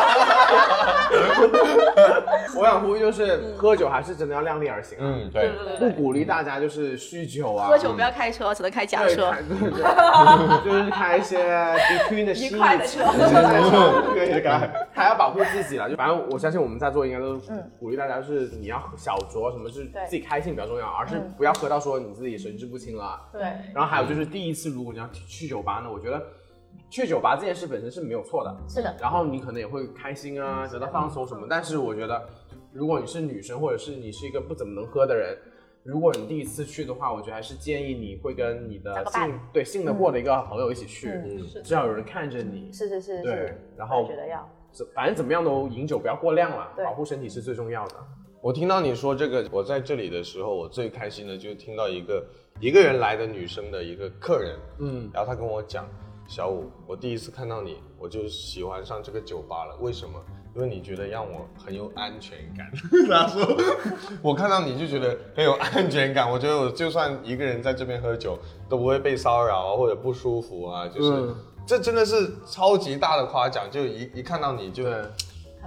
Speaker 1: 我想呼吁就是，喝酒还是真的要量力而行啊，
Speaker 7: 嗯，对，
Speaker 1: 不鼓励大家就是酗酒啊，
Speaker 6: 喝酒不要开车，只能开假
Speaker 1: 对
Speaker 6: 车，
Speaker 1: 开对对，就是开一些 between 的
Speaker 6: 愉快的
Speaker 1: sheets
Speaker 6: 车。
Speaker 1: 对，还还要保护自己啦。就反正我相信我们在座应该都是鼓励大家，就是你要小酌什么，是
Speaker 6: 嗯对嗯
Speaker 1: 自己开心比较重要，而是不要喝到说你自己神志不清了。
Speaker 6: 对。
Speaker 1: 然后还有就是第一次，如果你要去酒吧呢，我觉得去酒吧这件事本身是没有错的，
Speaker 6: 是的
Speaker 1: 然后你可能也会开心啊，得到放松什么。但是我觉得，如果你是女生，或者是你是一个不怎么能喝的人，如果你第一次去的话，我觉得还是建议你会跟你
Speaker 6: 找
Speaker 1: 的
Speaker 6: 个伴嗯
Speaker 1: 信对信得过的一个朋友一起去，至少有人看着你。
Speaker 6: 是是是
Speaker 1: 对
Speaker 6: 嗯是，，
Speaker 1: 然
Speaker 6: 我
Speaker 1: 后
Speaker 6: 觉得要
Speaker 1: 怎反正怎么样都饮酒不要过量了，
Speaker 6: 对
Speaker 1: 保护身体是最重要的。
Speaker 7: 我听到你说这个，我在这里的时候，我最开心的就是听到一个一个人来的女生的一个客人，
Speaker 1: 嗯，
Speaker 7: 然后她跟我讲，小五，我第一次看到你，我就喜欢上这个酒吧了，为什么？因为你觉得让我很有安全 感。她说，我看到你就觉得很有安全感，我觉得我就算一个人在这边喝酒，都不会被骚扰啊，或者不舒服啊，就是。
Speaker 1: 嗯
Speaker 7: 这真的是超级大的夸奖，就一一看到你就
Speaker 1: 对，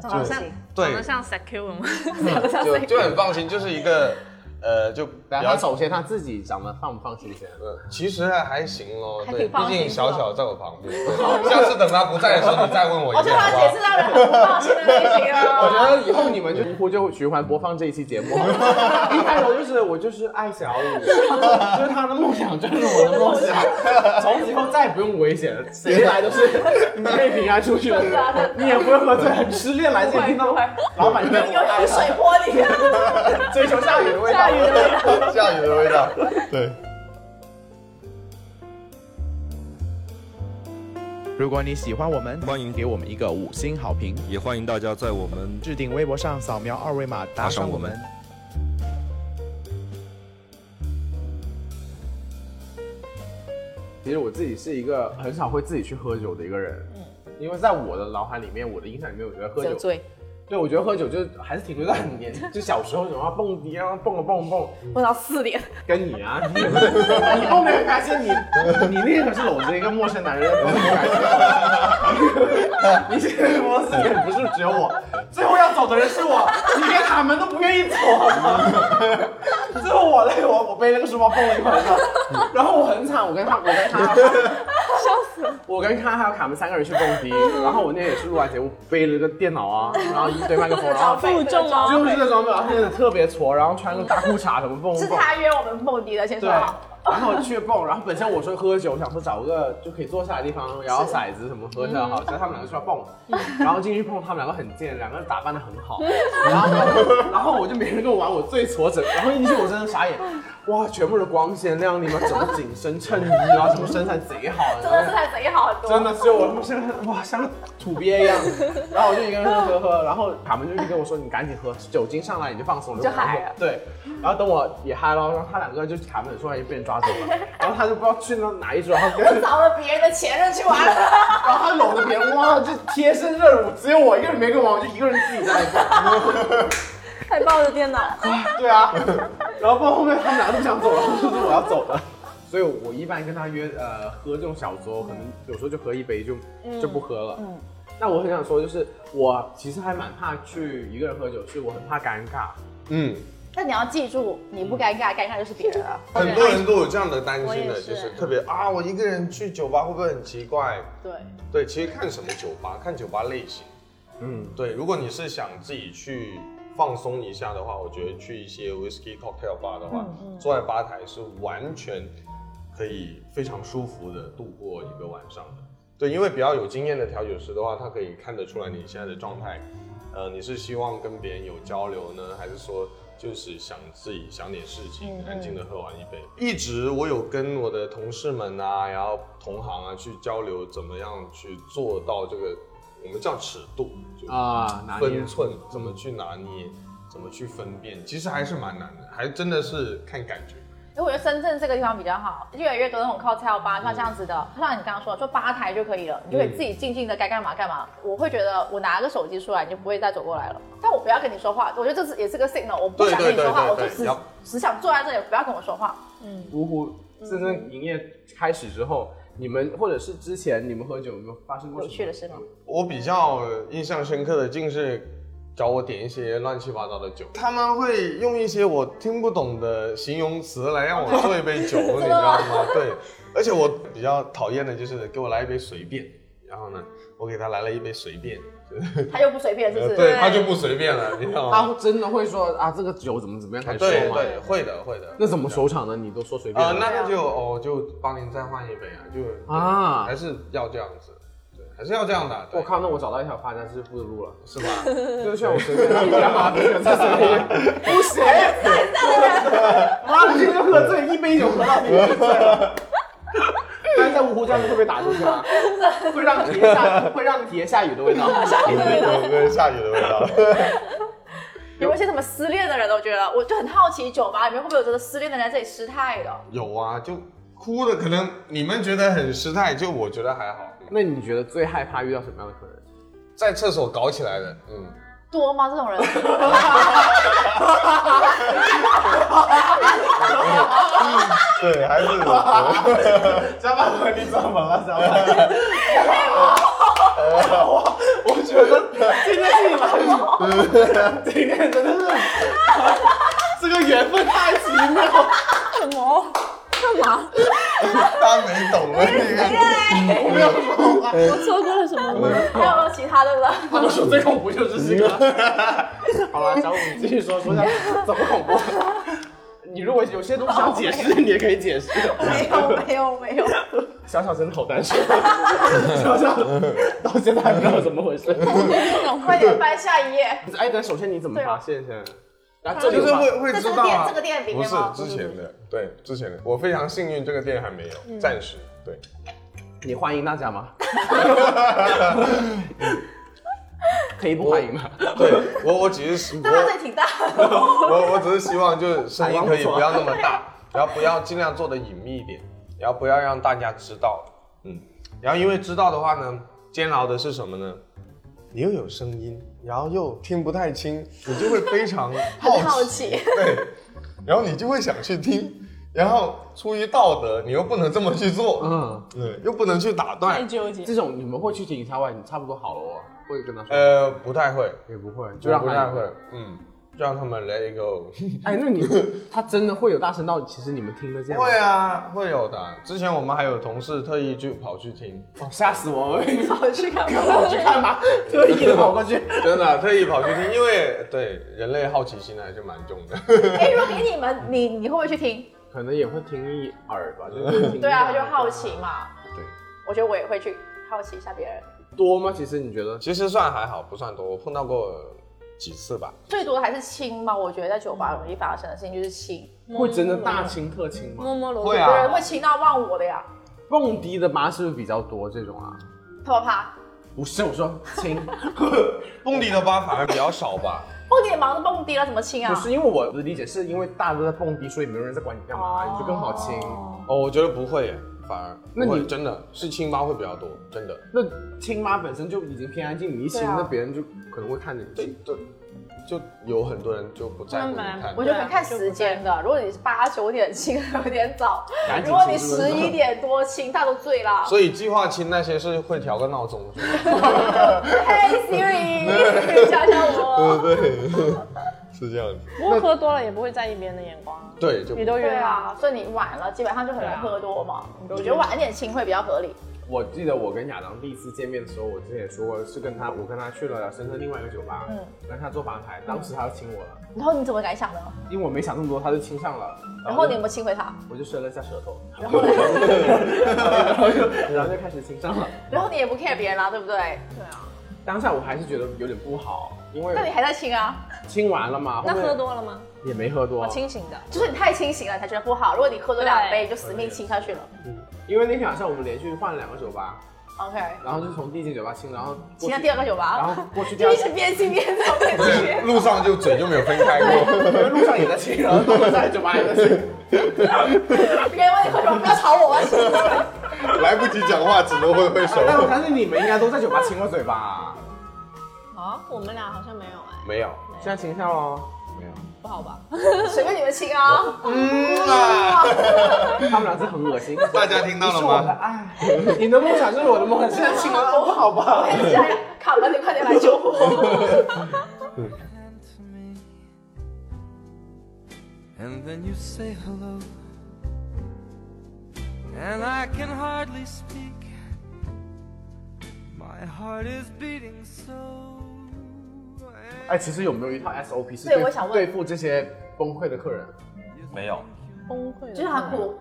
Speaker 6: 很放心。
Speaker 7: 对，嗯
Speaker 8: 像 secure 吗？
Speaker 7: 就就很放心，就是一个呃，就比
Speaker 1: 然后
Speaker 7: 较
Speaker 1: 他首先他自己长得放不放心先。
Speaker 7: 呃，其实还还行咯，
Speaker 6: 还
Speaker 7: 对，
Speaker 6: 挺放
Speaker 7: 毕
Speaker 6: 心
Speaker 7: 竟小小在我旁边， 对下次等他不在的时候，你再问我
Speaker 6: 我
Speaker 7: 一
Speaker 6: 突
Speaker 7: 遍，
Speaker 6: 然
Speaker 7: 好不好
Speaker 6: 解释？到了很不放心的类型了。
Speaker 1: 我觉得以后你们就呼就循环播放这一期节目，一开头就是我就是爱小雨，就是他的梦想就是我的梦想，从此以后再也不用危险了，谁来都是你可以平安出去的
Speaker 6: 真的真的，
Speaker 1: 你也不会喝醉，很失恋来这里听到老板就被我
Speaker 6: 有
Speaker 1: 爱
Speaker 6: 有
Speaker 1: 上，
Speaker 6: 水泼你，
Speaker 1: 追求下雨的味道
Speaker 6: 下雨。的味道。
Speaker 7: 下雨的味道，对。
Speaker 5: 如果你喜欢我们，欢迎给我们一个五星好评，
Speaker 9: 也欢迎大家在我们
Speaker 5: 置顶微博上扫描二维码打赏我们。
Speaker 1: 其实我自己是一个很少会自己去喝酒的一个人，因为在我的脑海里面，我的印象里面，我觉得喝
Speaker 6: 酒
Speaker 1: 酒
Speaker 6: 醉。
Speaker 1: 对，我觉得喝酒就还是停留在很年，就小时候什么蹦迪啊，蹦啊蹦啊蹦，
Speaker 6: 蹦到四点，
Speaker 1: 跟你 啊，你你蹦的很开心，你你那可是搂着一个陌生男人蹦的很开心， 你现在跟我死也不是只有我，最后要走的人是我，你连卡门都不愿意走好吗？ 最后我累我我背那个书包蹦了一会儿上，然后我很惨，我跟他我跟他。我跟康还有卡门三个人去蹦迪，然后我那天也是录完节目，背了个电脑 啊，然后一堆麦克风，然后
Speaker 6: 负重哦
Speaker 1: 就是这装备，然后现在特别挫，然后穿个大裤衩什么蹦
Speaker 6: 是
Speaker 1: 蹦，
Speaker 6: 他约我们蹦迪的，先
Speaker 1: 对
Speaker 6: 说好。，
Speaker 1: 然后去蹦，然后本身我说喝酒，想说找个就可以坐下的地方摇摇骰子什么喝下好，结果他们两个说要蹦，然后进去蹦，他们两个很贱，两个人打扮的很好，然后 然后我就没人跟我玩，我最挫折，然后一进去我真的傻眼，哇，全部都光鲜亮丽嘛，整个紧身衬衣啊，什么身材贼好，
Speaker 6: 真的是他贼好很多，
Speaker 1: 真的只有我他妈现在哇像个土鳖一样，然后我就一个人喝喝喝，然后卡门就一直跟我说你赶紧喝，酒精上来你就放松，你
Speaker 6: 就嗨了
Speaker 1: 对，然后等我也嗨了，然后他两个就卡门突然就被人抓走了，然后他就不知道去那哪一桌， 然后跟
Speaker 6: 我找了别人的前任去玩 了。
Speaker 1: 然后他搂着别人哇就贴身任务，只有我一个人没跟我，我就一个人自己在那里蹦。
Speaker 8: 还抱着电脑，
Speaker 1: 对啊， 然后到后面他们俩都不想走了，就是我要走了。所以我一般跟他约呃喝这种小酌，可能有时候就喝一杯就、就不喝了。嗯，那我很想说，就是我其实还蛮怕去一个人喝酒，是我很怕尴尬。
Speaker 7: 嗯，
Speaker 6: 但你要记住，你不尴尬，尴尬就是别人啊了。
Speaker 7: 很多人都有这样的担
Speaker 8: 我
Speaker 7: 心
Speaker 8: 也
Speaker 7: 的，
Speaker 8: 是
Speaker 7: 就是特别啊，我一个人去酒吧会不会很奇怪？
Speaker 8: 对，
Speaker 7: 对，其实看什么酒吧，看酒吧类型。
Speaker 1: 嗯，
Speaker 7: 对，如果你是想自己去放松一下的话，我觉得去一些 whiskey cocktail bar 的话，坐在吧台是完全可以非常舒服的度过一个晚上的。对，因为比较有经验的调酒师的话，他可以看得出来你现在的状态，呃，你是希望跟别人有交流呢，还是说就是想自己想点事情，安静的喝完一杯？一直我有跟我的同事们啊，然后同行啊去交流，怎么样去做到这个我们叫尺度，就
Speaker 1: 啊，拿捏
Speaker 7: 分寸怎么去拿捏，怎么去分辨，其实还是蛮难的，还真的是看感觉。
Speaker 6: 因为我觉得深圳这个地方比较好，越来越多那种 cocktail bar，像这样子的，像你刚刚说的，就吧台就可以了，你就
Speaker 7: 嗯
Speaker 6: 可以自己静静的该干嘛干嘛。我会觉得我拿个手机出来，你就不会再走过来了。但我不要跟你说话，我觉得这是也是个 signal，我不想跟你说话，我
Speaker 7: 对对对对
Speaker 6: 就只
Speaker 7: 要
Speaker 6: 只想坐在这里，不要跟我说话。
Speaker 1: 芜湖
Speaker 6: 嗯
Speaker 1: 真正营业开始之后，你们或者是之前你们喝酒有没有发生过
Speaker 6: 有
Speaker 1: 什么
Speaker 6: 趣的事吗？
Speaker 7: 我比较印象深刻的竟是找我点一些乱七八糟的酒，他们会用一些我听不懂的形容词来让我做一杯酒，你知道吗？对，而且我比较讨厌的就是给我来一杯随便，然后呢，我给他来了一杯随便，
Speaker 6: 他又不随便，是不
Speaker 7: 呃
Speaker 6: 是？
Speaker 7: 对，他就不随便了，你知道吗？
Speaker 1: 他真的会说啊，这个酒怎么怎么样开始
Speaker 7: 对
Speaker 1: 说吗？
Speaker 7: 对，会的会的。
Speaker 1: 那怎么收场呢？你都说随便
Speaker 6: 啊
Speaker 7: 呃，
Speaker 1: 了。
Speaker 7: 那个就哦，就帮您再换一杯啊，就
Speaker 1: 啊
Speaker 7: 还是要这样子，对，还是要这样的。啊对
Speaker 1: 我靠，那我找到一条发家致富的路了。
Speaker 7: 是吧？
Speaker 1: 就像我随便他干嘛不行，在这里不行，妈，你这就喝醉，一杯酒喝到你就醉了。但是在芜湖这样子会被打出去吗？会让体验下，会让体验下雨的味道。
Speaker 6: 啊
Speaker 7: 有个下雨的味道。
Speaker 6: 有没有一些什么失恋的人都觉得，我就很好奇，酒吧里面会不会有这个失恋的人在这里失态的？
Speaker 7: 有啊，就哭的，可能你们觉得很失态，就我觉得还好。
Speaker 1: 那你觉得最害怕遇到什么样的客人？
Speaker 7: 在厕所搞起来的，嗯，
Speaker 6: 多吗？这种人？
Speaker 7: 对，还是 我
Speaker 1: 小板哥，你怎么了，小板哥？我我觉得今天是你来了，今天真的是这个缘分太奇妙了。
Speaker 7: 他没懂了，你看，
Speaker 8: 我错过了什么吗？
Speaker 6: 还有没有其他的呢？
Speaker 1: 他们说最恐怖就是这个。好了，小五，你继续说说一下怎么恐怖。你如果有些东西想解释，你也可以解释。
Speaker 6: 没有，没有，没有。
Speaker 1: 小小真的好担心，小小到现在还不知道怎么回事。
Speaker 6: 快点翻下 一页。
Speaker 1: 哎，等首先你怎么发现的？然后这
Speaker 7: 就
Speaker 1: 里有
Speaker 7: 是
Speaker 1: 吗
Speaker 7: 会会
Speaker 6: 这
Speaker 7: 知
Speaker 6: 这个
Speaker 7: 道
Speaker 6: 店，
Speaker 7: 啊
Speaker 6: 这。个店里
Speaker 7: 不
Speaker 6: 面
Speaker 7: 是
Speaker 6: 吗？
Speaker 7: 之前的，对之前的，我非常幸运，这个店还没
Speaker 6: 嗯
Speaker 7: 有，暂时对。
Speaker 1: 你欢迎大家吗？可以不欢迎吗？
Speaker 7: 对我，我只是
Speaker 6: 但他
Speaker 7: 我
Speaker 6: 这里挺 大的。
Speaker 7: 我我只是希望就是声音可以不要那么大，然后不要尽量做的隐秘一点。然后不要让大家知道，嗯，然后因为知道的话呢，煎熬的是什么呢？你又有声音，然后又听不太清，你就会非常 好
Speaker 6: 很好奇，
Speaker 7: 对，然后你就会想去听，然后出于道德，你又不能这么去做，
Speaker 1: 嗯，
Speaker 7: 对，又不能去打
Speaker 8: 太
Speaker 7: 断，
Speaker 8: 纠结。
Speaker 1: 这种你们会去听一下外，你差不多好了哦，会跟他说，
Speaker 7: 呃，不太会，
Speaker 1: 也不会，就
Speaker 7: 就
Speaker 1: 让
Speaker 7: 让不
Speaker 1: 他
Speaker 7: 太会，嗯，就让他们 let it go。
Speaker 1: 哎，那你他真的会有大声到，其实你们听得见吗？
Speaker 7: 会啊，会有的。之前我们还有同事特意就跑去听，
Speaker 1: 哦，吓死我了！你
Speaker 6: 我去看
Speaker 1: 让我去看 吧，特意的跑过去。
Speaker 7: 真的、特意跑去听，因为对人类好奇心还是蛮重的。
Speaker 6: 哎，如果给你们，你你会不会去听？
Speaker 1: 可能也会听一耳吧， 就是听一
Speaker 6: 对啊，
Speaker 1: 耳
Speaker 6: 就好奇嘛。
Speaker 7: 对，
Speaker 6: 我觉得我也会去好奇一下别人，
Speaker 1: 多吗？其实你觉得
Speaker 7: 其实算还好，不算多，我碰到过几次吧。
Speaker 6: 最多的还是亲嘛。我觉得在酒吧容易发生的事情就是亲，
Speaker 1: 会真的大亲特亲吗？
Speaker 6: 嗯
Speaker 8: 摸摸萝卜
Speaker 7: 会
Speaker 6: 有人
Speaker 7: 啊，
Speaker 6: 会亲到忘我的呀，
Speaker 1: 蹦迪的吧是不是比较多这种啊？
Speaker 6: 啪啪啪。
Speaker 1: 不是，我说亲，
Speaker 7: 蹦迪的吧反而比较少吧。
Speaker 6: 蹦迪也忙着蹦迪了，怎么亲啊
Speaker 1: 不？是因为我的理解是因为大家都在蹦迪，所以没有人在管你干嘛，
Speaker 6: 哦
Speaker 1: 啊你就更好亲。
Speaker 7: 哦，我觉得不会耶，反而
Speaker 1: 那你
Speaker 7: 不会真的是亲妈会比较多，真的。
Speaker 1: 那亲妈本身就已经偏安静，你一亲，
Speaker 6: 对啊
Speaker 1: 那别人就可能会看着你。
Speaker 7: 对对，就有很多人就不在乎你
Speaker 8: 那本来
Speaker 7: 看
Speaker 6: 我。觉得看时间的，如果你是八九点亲，有点早
Speaker 1: 赶；紧
Speaker 6: 如果你
Speaker 1: 亲是不是
Speaker 6: 十一点多亲，他都醉了。
Speaker 7: 所以计划亲那些是会调个闹 钟，是吧
Speaker 6: 嘿 Siri，教教我。
Speaker 7: 是这样子。
Speaker 8: 不过喝多了也不会在意别人的眼光啊，
Speaker 7: 对，就
Speaker 8: 你都
Speaker 6: 对
Speaker 8: 约
Speaker 6: 啊
Speaker 8: 了，，
Speaker 6: 所以你晚了，基本上就很容易喝多嘛。
Speaker 8: 对啊
Speaker 6: 我觉得晚一点亲会比较合理。
Speaker 1: 我记得我跟亚当第一次见面的时候，我之前也说过，是跟他，我跟他去了深圳另外一个酒吧，
Speaker 6: 嗯
Speaker 1: 跟他做吧台，当时他就亲我了，
Speaker 6: 然后你怎么敢想呢？
Speaker 1: 因为我没想那么多，他就亲上了，
Speaker 6: 然后
Speaker 1: 我
Speaker 6: 你
Speaker 1: 就
Speaker 6: 有没有亲回他？
Speaker 1: 我就伸了一下舌头，
Speaker 6: 然后呢？
Speaker 1: 然后就然后就开始亲上了。
Speaker 6: 然后你也不 care 别人啦、对不对？
Speaker 8: 对啊。
Speaker 1: 当下我还是觉得有点不好，因为
Speaker 6: 那你还在亲啊？
Speaker 1: 亲完了嘛，
Speaker 8: 那
Speaker 1: 后面
Speaker 8: 喝多了吗？
Speaker 1: 也没喝多
Speaker 6: 哦
Speaker 8: 我，清醒的。
Speaker 6: 就是你太清醒了才觉得不好。如果你喝多两杯，就死命亲下去了。
Speaker 1: 因为那天晚上我们连续换了两个酒吧，
Speaker 6: OK，
Speaker 1: 然后就从第一间酒吧亲，然后过
Speaker 6: 亲
Speaker 1: 去
Speaker 6: 到第二个酒吧，
Speaker 1: 然后过去第
Speaker 6: 就
Speaker 1: 二
Speaker 6: 一直边亲边走边去。
Speaker 7: 路上就嘴就没有分开过。
Speaker 1: 因为路上也在亲，然后到了在酒吧也在亲，
Speaker 6: 别人问你喝什么，不要吵我啊！
Speaker 7: 来不及讲话，只能挥挥手
Speaker 1: 但我相信你们应该都在酒吧亲过嘴吧？
Speaker 8: 啊，我们俩好像没有哎，
Speaker 7: 没有，
Speaker 1: 现在亲一下喽，
Speaker 7: 没有。
Speaker 8: 不好吧？
Speaker 6: 随便你们亲啊！
Speaker 1: 他们俩是很恶心。
Speaker 7: 大家听到
Speaker 1: 你
Speaker 7: 了
Speaker 1: 是我的
Speaker 7: 吗？
Speaker 1: 爱，你的梦想就是我的梦想，现在亲完了不好吧？
Speaker 6: 哎呀，卡了，你快点来救 我！
Speaker 4: hand to me. And then you say hello. And I can hardly speak. My heart is beating so.
Speaker 1: 哎，其实有没有一套 SOP 是
Speaker 6: 对
Speaker 1: 对
Speaker 6: 我想问
Speaker 1: 对付这些崩溃的客人？
Speaker 7: 没有。
Speaker 8: 崩溃了，
Speaker 6: 就是他哭，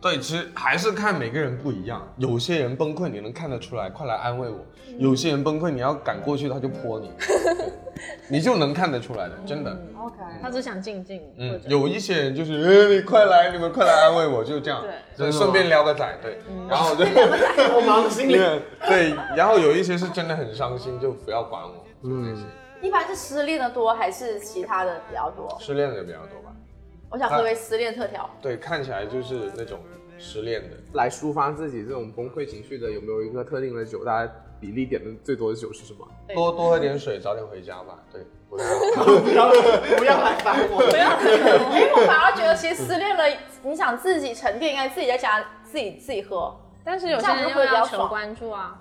Speaker 7: 对，其实还是看每个人不一样。有些人崩溃你能看得出来，快来安慰我；有些人崩溃你要赶过去他就泼你，对你就能看得出来的，真的。
Speaker 8: 他只想静静。
Speaker 7: 嗯
Speaker 8: 或，者
Speaker 7: 有一些人就是，呃，你快来，你们快来安慰我，就这样，
Speaker 1: 真的吗
Speaker 7: 对，顺便撩个仔，对，然后就，
Speaker 1: 我忙的心里。
Speaker 7: 对，然后有一些是真的很伤心，就不要管我。
Speaker 1: 嗯，
Speaker 6: 一般是失恋的多还是其他的比较多？
Speaker 7: 失恋的比较多吧？
Speaker 6: 我想喝杯失恋特调。
Speaker 7: 对，看起来就是那种失恋的，
Speaker 1: 来抒发自己这种崩溃情绪的，有没有一个特定的酒？大家比例点的最多的酒是什么？
Speaker 7: 多多喝点水，早点回家吧。对，不太好。
Speaker 1: 不要不要来烦我！
Speaker 6: 哎，我反而觉得其实失恋了，你想自己沉淀，应该自己在家自己自己喝。
Speaker 8: 但是有些人又
Speaker 6: 这样
Speaker 8: 要
Speaker 6: 子会比较
Speaker 8: 求
Speaker 6: 爽
Speaker 8: 关注啊。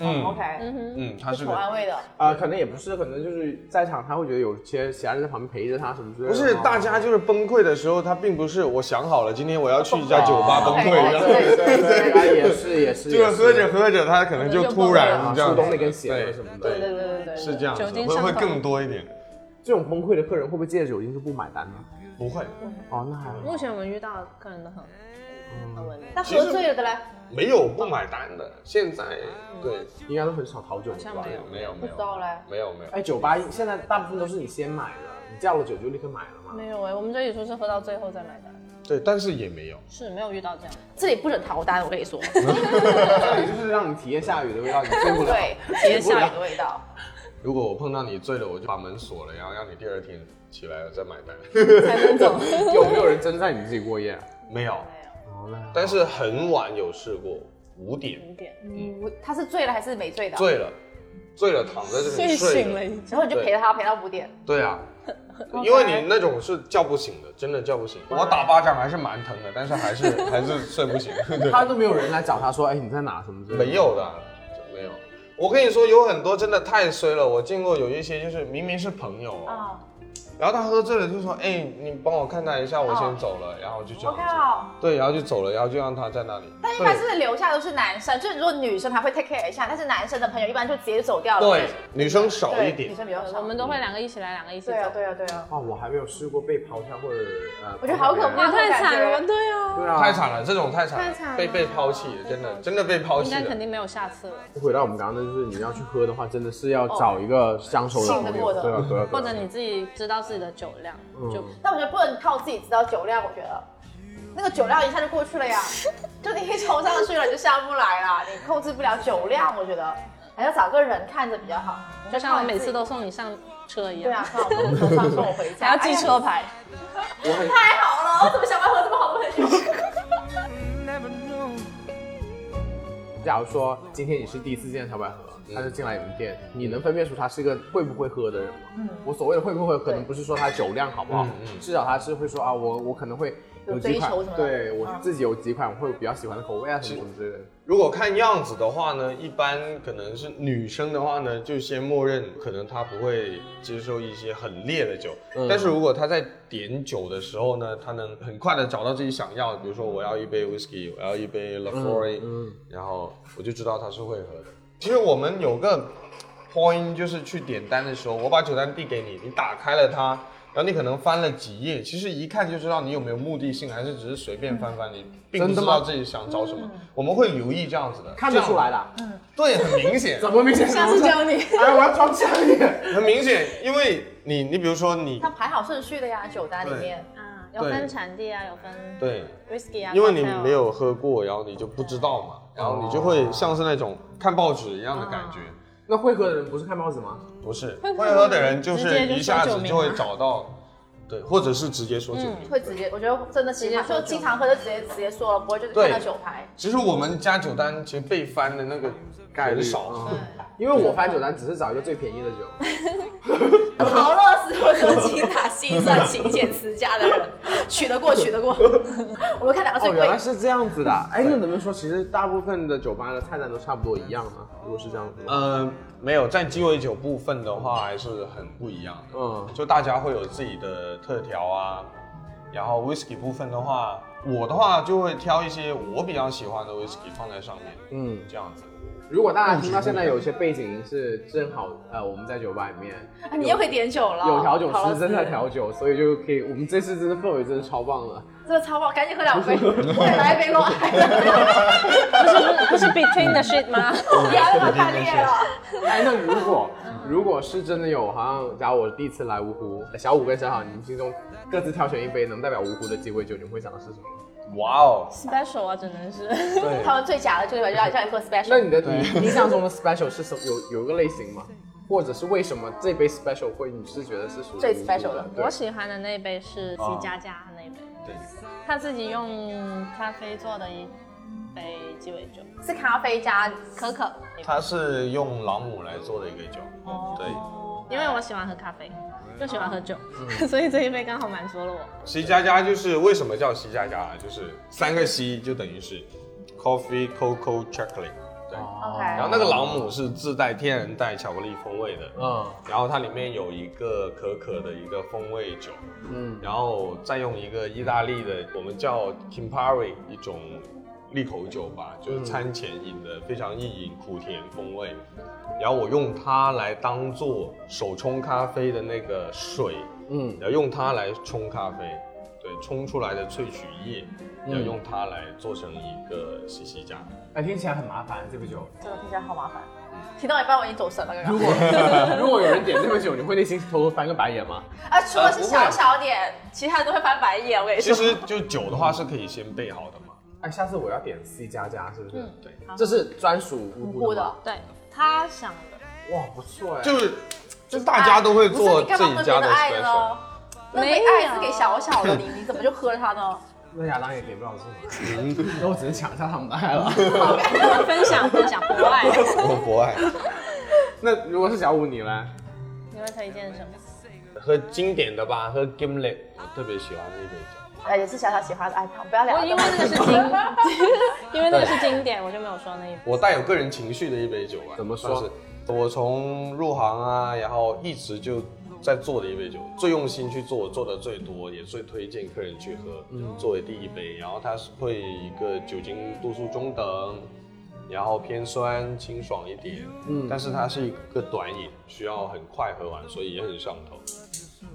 Speaker 7: 嗯
Speaker 6: OK，
Speaker 8: 嗯哼，
Speaker 7: 嗯，他
Speaker 6: 是
Speaker 7: 是
Speaker 6: 口
Speaker 7: 个
Speaker 6: 安慰的。
Speaker 1: 啊，可能也不是，可能就是在场他会觉得有些其他人在旁边陪着他什么之类的。
Speaker 7: 不是大家就是崩溃的时候，他并不是我想好了，今天我要去一家酒吧崩溃，
Speaker 6: OK，
Speaker 7: 然后
Speaker 1: 对对对对，啊也是也是，
Speaker 7: 就是喝着喝着，他可能就突然
Speaker 1: 啊
Speaker 7: 这样
Speaker 1: 触
Speaker 7: 子，
Speaker 1: 动那根弦了
Speaker 7: 对
Speaker 1: 什么的。
Speaker 6: 对对对对对，
Speaker 7: 是这样子，
Speaker 8: 酒精
Speaker 7: 会
Speaker 8: 上
Speaker 7: 会
Speaker 8: 头
Speaker 7: 更多一点，
Speaker 1: 这种崩溃的客人会不会借着酒精就不买单呢？
Speaker 7: 不会，
Speaker 1: 哦，那还好。
Speaker 8: 目前我们遇到的客人都很很文明，
Speaker 6: 那喝醉了的嘞？
Speaker 7: 没有不买单的，现在对
Speaker 1: 应该都很少讨酒的
Speaker 8: 像
Speaker 1: 吧
Speaker 8: 没？有
Speaker 7: 没有
Speaker 6: 不
Speaker 7: 没
Speaker 6: 知
Speaker 7: 有
Speaker 6: 道嘞。
Speaker 7: 没有没有，
Speaker 1: 哎，酒吧现在大部分都是你先买的，你叫了酒就立刻买了嘛。
Speaker 8: 没有哎，我们这里说是喝到最后再买单，
Speaker 7: 对，但是也没有，
Speaker 8: 是没有遇到这样的。
Speaker 6: 这里不准逃单，我跟你说。
Speaker 1: 这里就是让你体验下雨的味道，你醉不了。
Speaker 6: 对，直接下雨的味道，
Speaker 7: 如果我碰到你醉了，我就把门锁了，然后让你第二天起来了再买单，
Speaker 1: 有没有人真在你自己过夜？
Speaker 7: 没有，
Speaker 1: 哦，那还好
Speaker 7: 但是很晚有试过，五点
Speaker 8: 五点，
Speaker 6: 嗯，他是醉了还是没醉的？，
Speaker 7: 醉了，醉了躺在这
Speaker 8: 睡
Speaker 7: 里睡
Speaker 8: 醒
Speaker 7: 了
Speaker 8: 了，已经。
Speaker 6: 然后你就陪他陪到五点。
Speaker 7: 对啊，因为你那种是叫不醒的，真的叫不醒。我打巴掌还是蛮疼的，但是还是还是睡不醒。对
Speaker 1: 他都没有人来找他说，哎，你在哪什么之类的。
Speaker 7: 没有的，没有。我跟你说，有很多真的太衰了。我见过有一些就是明明是朋友哦，
Speaker 6: 哦，
Speaker 7: 然后他喝醉了就说：“哎，你帮我看他一下，我
Speaker 6: 哦
Speaker 7: 先走了。”然后就这
Speaker 6: 我
Speaker 7: 样子，
Speaker 6: 靠！
Speaker 7: 对，然后就走了，然后就让他在那里。
Speaker 6: 但一般是留下都是男生，就是如果女生还会 take care 一下，但是男生的朋友一般就直接走掉了。
Speaker 7: 对，女生少
Speaker 6: 对
Speaker 7: 一点
Speaker 6: 女。生比较少。
Speaker 8: 我们都会两个一起来，两个一起走。
Speaker 6: 对啊，对啊，对啊。
Speaker 1: 啊，我还没有试过被抛下或者呃，
Speaker 6: 我觉得好可怕
Speaker 8: 也太惨了吧，对啊，
Speaker 1: 对啊，
Speaker 7: 太惨了，这种太惨
Speaker 8: 太惨了
Speaker 7: 了，被被抛弃了，真的真的被抛
Speaker 8: 应
Speaker 7: 弃
Speaker 8: 该肯
Speaker 7: 了。
Speaker 8: 定没有下次了。
Speaker 1: 回到我们刚刚，就是你要去喝的话，真的是要找一个相熟的
Speaker 6: 哦信得
Speaker 1: 朋
Speaker 6: 过
Speaker 1: 友，
Speaker 6: 的
Speaker 1: 对啊，对啊，对啊
Speaker 8: 或者你自己知道自己的酒量，
Speaker 7: 嗯
Speaker 8: 就
Speaker 6: 但我觉得不能靠自己知道酒量，我觉得那个酒量一下就过去了呀，就你一冲上去了你就下不来啦，你控制不了酒量，我觉得还要找个人看着比较好。
Speaker 8: 就像我每次都送你上车一样。
Speaker 6: 对啊，看我从我头上送我回家， 哎
Speaker 8: 还要记车牌，
Speaker 1: 我很
Speaker 6: 太好了，我怎么想办法这么好的朋友？
Speaker 1: 假如说今天你是第一次见小百合，他就进来你们店，你能分辨出他是一个会不会喝的人吗？
Speaker 6: 嗯
Speaker 1: 我所谓的会不会，可能不是说他酒量好不好
Speaker 7: 嗯，嗯
Speaker 1: 至少他是会说啊，我我可能会
Speaker 6: 有
Speaker 1: 几款
Speaker 6: 追求什么，的
Speaker 1: 对我
Speaker 6: 嗯
Speaker 1: 自己有几款会比较喜欢的口味啊什么什么之类的。
Speaker 7: 如果看样子的话呢，一般可能是女生的话呢，就先默认可能她不会接受一些很烈的酒，
Speaker 1: 嗯
Speaker 7: 但是如果她在点酒的时候呢，她能很快的找到自己想要的，比如说我要一杯 whisky，我要一杯 l a f o r e
Speaker 1: 嗯
Speaker 7: 然后我就知道她是会喝的。其实我们有个 point 就是去点单的时候，我把酒单递给你，你打开了它，然后你可能翻了几页，其实一看就知道你有没有目的性，还是只是随便翻
Speaker 1: 嗯
Speaker 7: 翻，你并
Speaker 1: 真
Speaker 7: 不
Speaker 1: 的
Speaker 7: 知
Speaker 1: 吗
Speaker 7: 道自己想找什么。我们会留意这样子的，
Speaker 1: 看得出来的啊，
Speaker 7: 这样，对，很明显，
Speaker 1: 怎么明显？
Speaker 6: 嗯下次教你。
Speaker 1: 哎，我要装强一点。
Speaker 7: 很明显，因为你，你比如说你
Speaker 6: 要，排好顺序的呀，酒单里面。
Speaker 8: 啊，有分产地啊，有分
Speaker 7: 对，
Speaker 8: whisky 啊，
Speaker 7: 因为你
Speaker 8: cocktail 啊
Speaker 7: 没有喝过，然后你就不知道嘛，然后你就会像是那种看报纸一样的感觉。
Speaker 1: 那会喝的人不是看报纸吗？
Speaker 7: 不 是，
Speaker 8: 会
Speaker 7: 会喝的人就
Speaker 8: 直接
Speaker 7: 是
Speaker 8: 就
Speaker 7: 一下
Speaker 8: 说
Speaker 7: 子
Speaker 8: 酒
Speaker 7: 就
Speaker 8: 名啊嗯
Speaker 7: 会
Speaker 8: 吗
Speaker 7: 找到，对，或者是直接说酒名。
Speaker 6: 会直接，我觉得真的直接就经常喝就直接直接说了，不会就是看
Speaker 7: 对
Speaker 6: 到酒
Speaker 1: 啊
Speaker 6: 牌。
Speaker 7: 其实我们加酒单，其实被翻的那个概率啊少。
Speaker 1: 嗯因为我翻酒单只是找一个最便宜的酒，
Speaker 6: 陶乐斯我说精打细算、勤俭持家的 人，娶得过，娶得过。我们看哪个最
Speaker 1: 哦，
Speaker 6: 贵
Speaker 1: 原来。是这样子的啊。哎，那能不能说其实大部分的酒吧的菜单都差不多一样呢？如果是这样子的话，
Speaker 7: 呃，没有，在鸡尾酒部分的话还是很不一样的，
Speaker 1: 嗯
Speaker 7: 就大家会有自己的特调啊。然后 whisky 部分的话，我的话就会挑一些我比较喜欢的 whisky 放在上面，
Speaker 1: 嗯，
Speaker 7: 这样子。
Speaker 1: 如果大家听到现在有一些背景音是正好呃我们在酒吧里面
Speaker 6: 啊你又可以点酒了。
Speaker 1: 有调酒
Speaker 6: 陶乐
Speaker 1: 师
Speaker 6: 斯
Speaker 1: 正在，调酒，所以就可以我们这次真的氛围真的超棒了。
Speaker 6: 真的超棒，赶紧喝两 杯，再来一杯我爱的。
Speaker 8: 不 是不是 between the shit 吗？
Speaker 7: 嗯
Speaker 6: 不要那么贪恋了。
Speaker 1: 哎，那如果如果是真的有，好像假如我第一次来芜湖，小五跟小小你们心中各自挑选一杯能代表芜湖的鸡尾酒，你们会想的是什么？
Speaker 7: 哇哦，
Speaker 8: special 啊，只能是。
Speaker 7: 对
Speaker 6: 他们最假的就是叫你叫你喝
Speaker 1: 那
Speaker 6: special，
Speaker 1: 你的你印象中的 special 是什么？有有一个类型吗？或者是为什么这杯 special 会你是觉得是属于
Speaker 6: 最
Speaker 1: 芜湖
Speaker 6: special 的
Speaker 1: 对
Speaker 8: 我喜欢的那一杯是吉佳佳那一杯，
Speaker 7: 对，
Speaker 8: 他自己用咖啡做的一杯鸡尾酒，
Speaker 6: 是咖啡加
Speaker 8: 可可。
Speaker 7: 它是用朗姆来做的一个酒，
Speaker 8: 哦
Speaker 7: 对。
Speaker 8: 因为我喜欢喝咖啡，又喜欢喝酒，
Speaker 7: 嗯
Speaker 8: 所以这一杯刚好满足了我。
Speaker 7: C 加加就是为什么叫 C 加加啊？就是三个 C 就等于是 coffee, cocoa, chocolate。对，然
Speaker 6: OK。
Speaker 7: 后那个朗姆是自带天然带巧克力风味的，
Speaker 1: 嗯
Speaker 7: 然后它里面有一个可可的一个风味酒，
Speaker 1: 嗯
Speaker 7: 然后再用一个意大利的，我们叫 Campari 一种利口酒吧，就是餐前饮的，非常易饮，苦甜风味。然后我用它来当做手冲咖啡的那个水，
Speaker 1: 嗯，
Speaker 7: 要用它来冲咖啡，对，冲出来的萃取液，要用它来做成一个西西加。
Speaker 1: 哎，听起来很麻烦这杯酒。
Speaker 6: 这个听起来好麻烦，听到一半我已经走神了。刚刚
Speaker 1: 如果如果有人点这杯酒，你会内心偷偷翻个白眼吗？
Speaker 6: 啊，除了是
Speaker 7: 呃不会
Speaker 6: 小小点，其他人都会翻白眼。我跟你
Speaker 7: 其
Speaker 6: 说，
Speaker 7: 实就酒的话是可以先备好的嘛，
Speaker 1: 哎，下次我要点 C 加加，是不是？
Speaker 7: 对，
Speaker 1: 这是专属无
Speaker 6: 无辜
Speaker 1: 辜的
Speaker 6: 的
Speaker 1: 吗。
Speaker 8: 对他想的，
Speaker 1: 哇，不错哎。
Speaker 7: 就是就大家都会
Speaker 6: 哎不是
Speaker 7: 做
Speaker 6: 你
Speaker 7: 自
Speaker 6: 干嘛
Speaker 7: 己
Speaker 6: 分别
Speaker 7: 家
Speaker 6: 的
Speaker 7: 的
Speaker 6: 爱
Speaker 7: special。
Speaker 6: 呢？那杯爱是给小小的你，你怎么就喝了它呢？
Speaker 1: 那亚当也给不了进 来，那我只能抢一下他们的爱了。
Speaker 8: 分享分享国外，
Speaker 7: 我博爱。
Speaker 1: 那如果是小五你呢？
Speaker 7: 嗯
Speaker 8: 你会推荐什么？
Speaker 7: 喝经典的吧，喝 Gimlet，我特别喜欢的一杯酒。
Speaker 6: 呃，也是小小喜欢的爱糖，不要聊
Speaker 8: 我
Speaker 6: 了。
Speaker 8: 因为那个是经，因为那个是经典，我就没有说那一部。
Speaker 7: 我带有个人情绪的一杯酒吧。
Speaker 1: 怎么说
Speaker 7: 算是我从入行啊，然后一直就在做的一杯酒，最用心去做，做的最多，也最推荐客人去喝，
Speaker 1: 嗯
Speaker 7: 作为第一杯。然后它是会一个酒精度数中等，然后偏酸清爽一点，嗯，但是它是一个短饮，需要很快喝完，所以也很上头。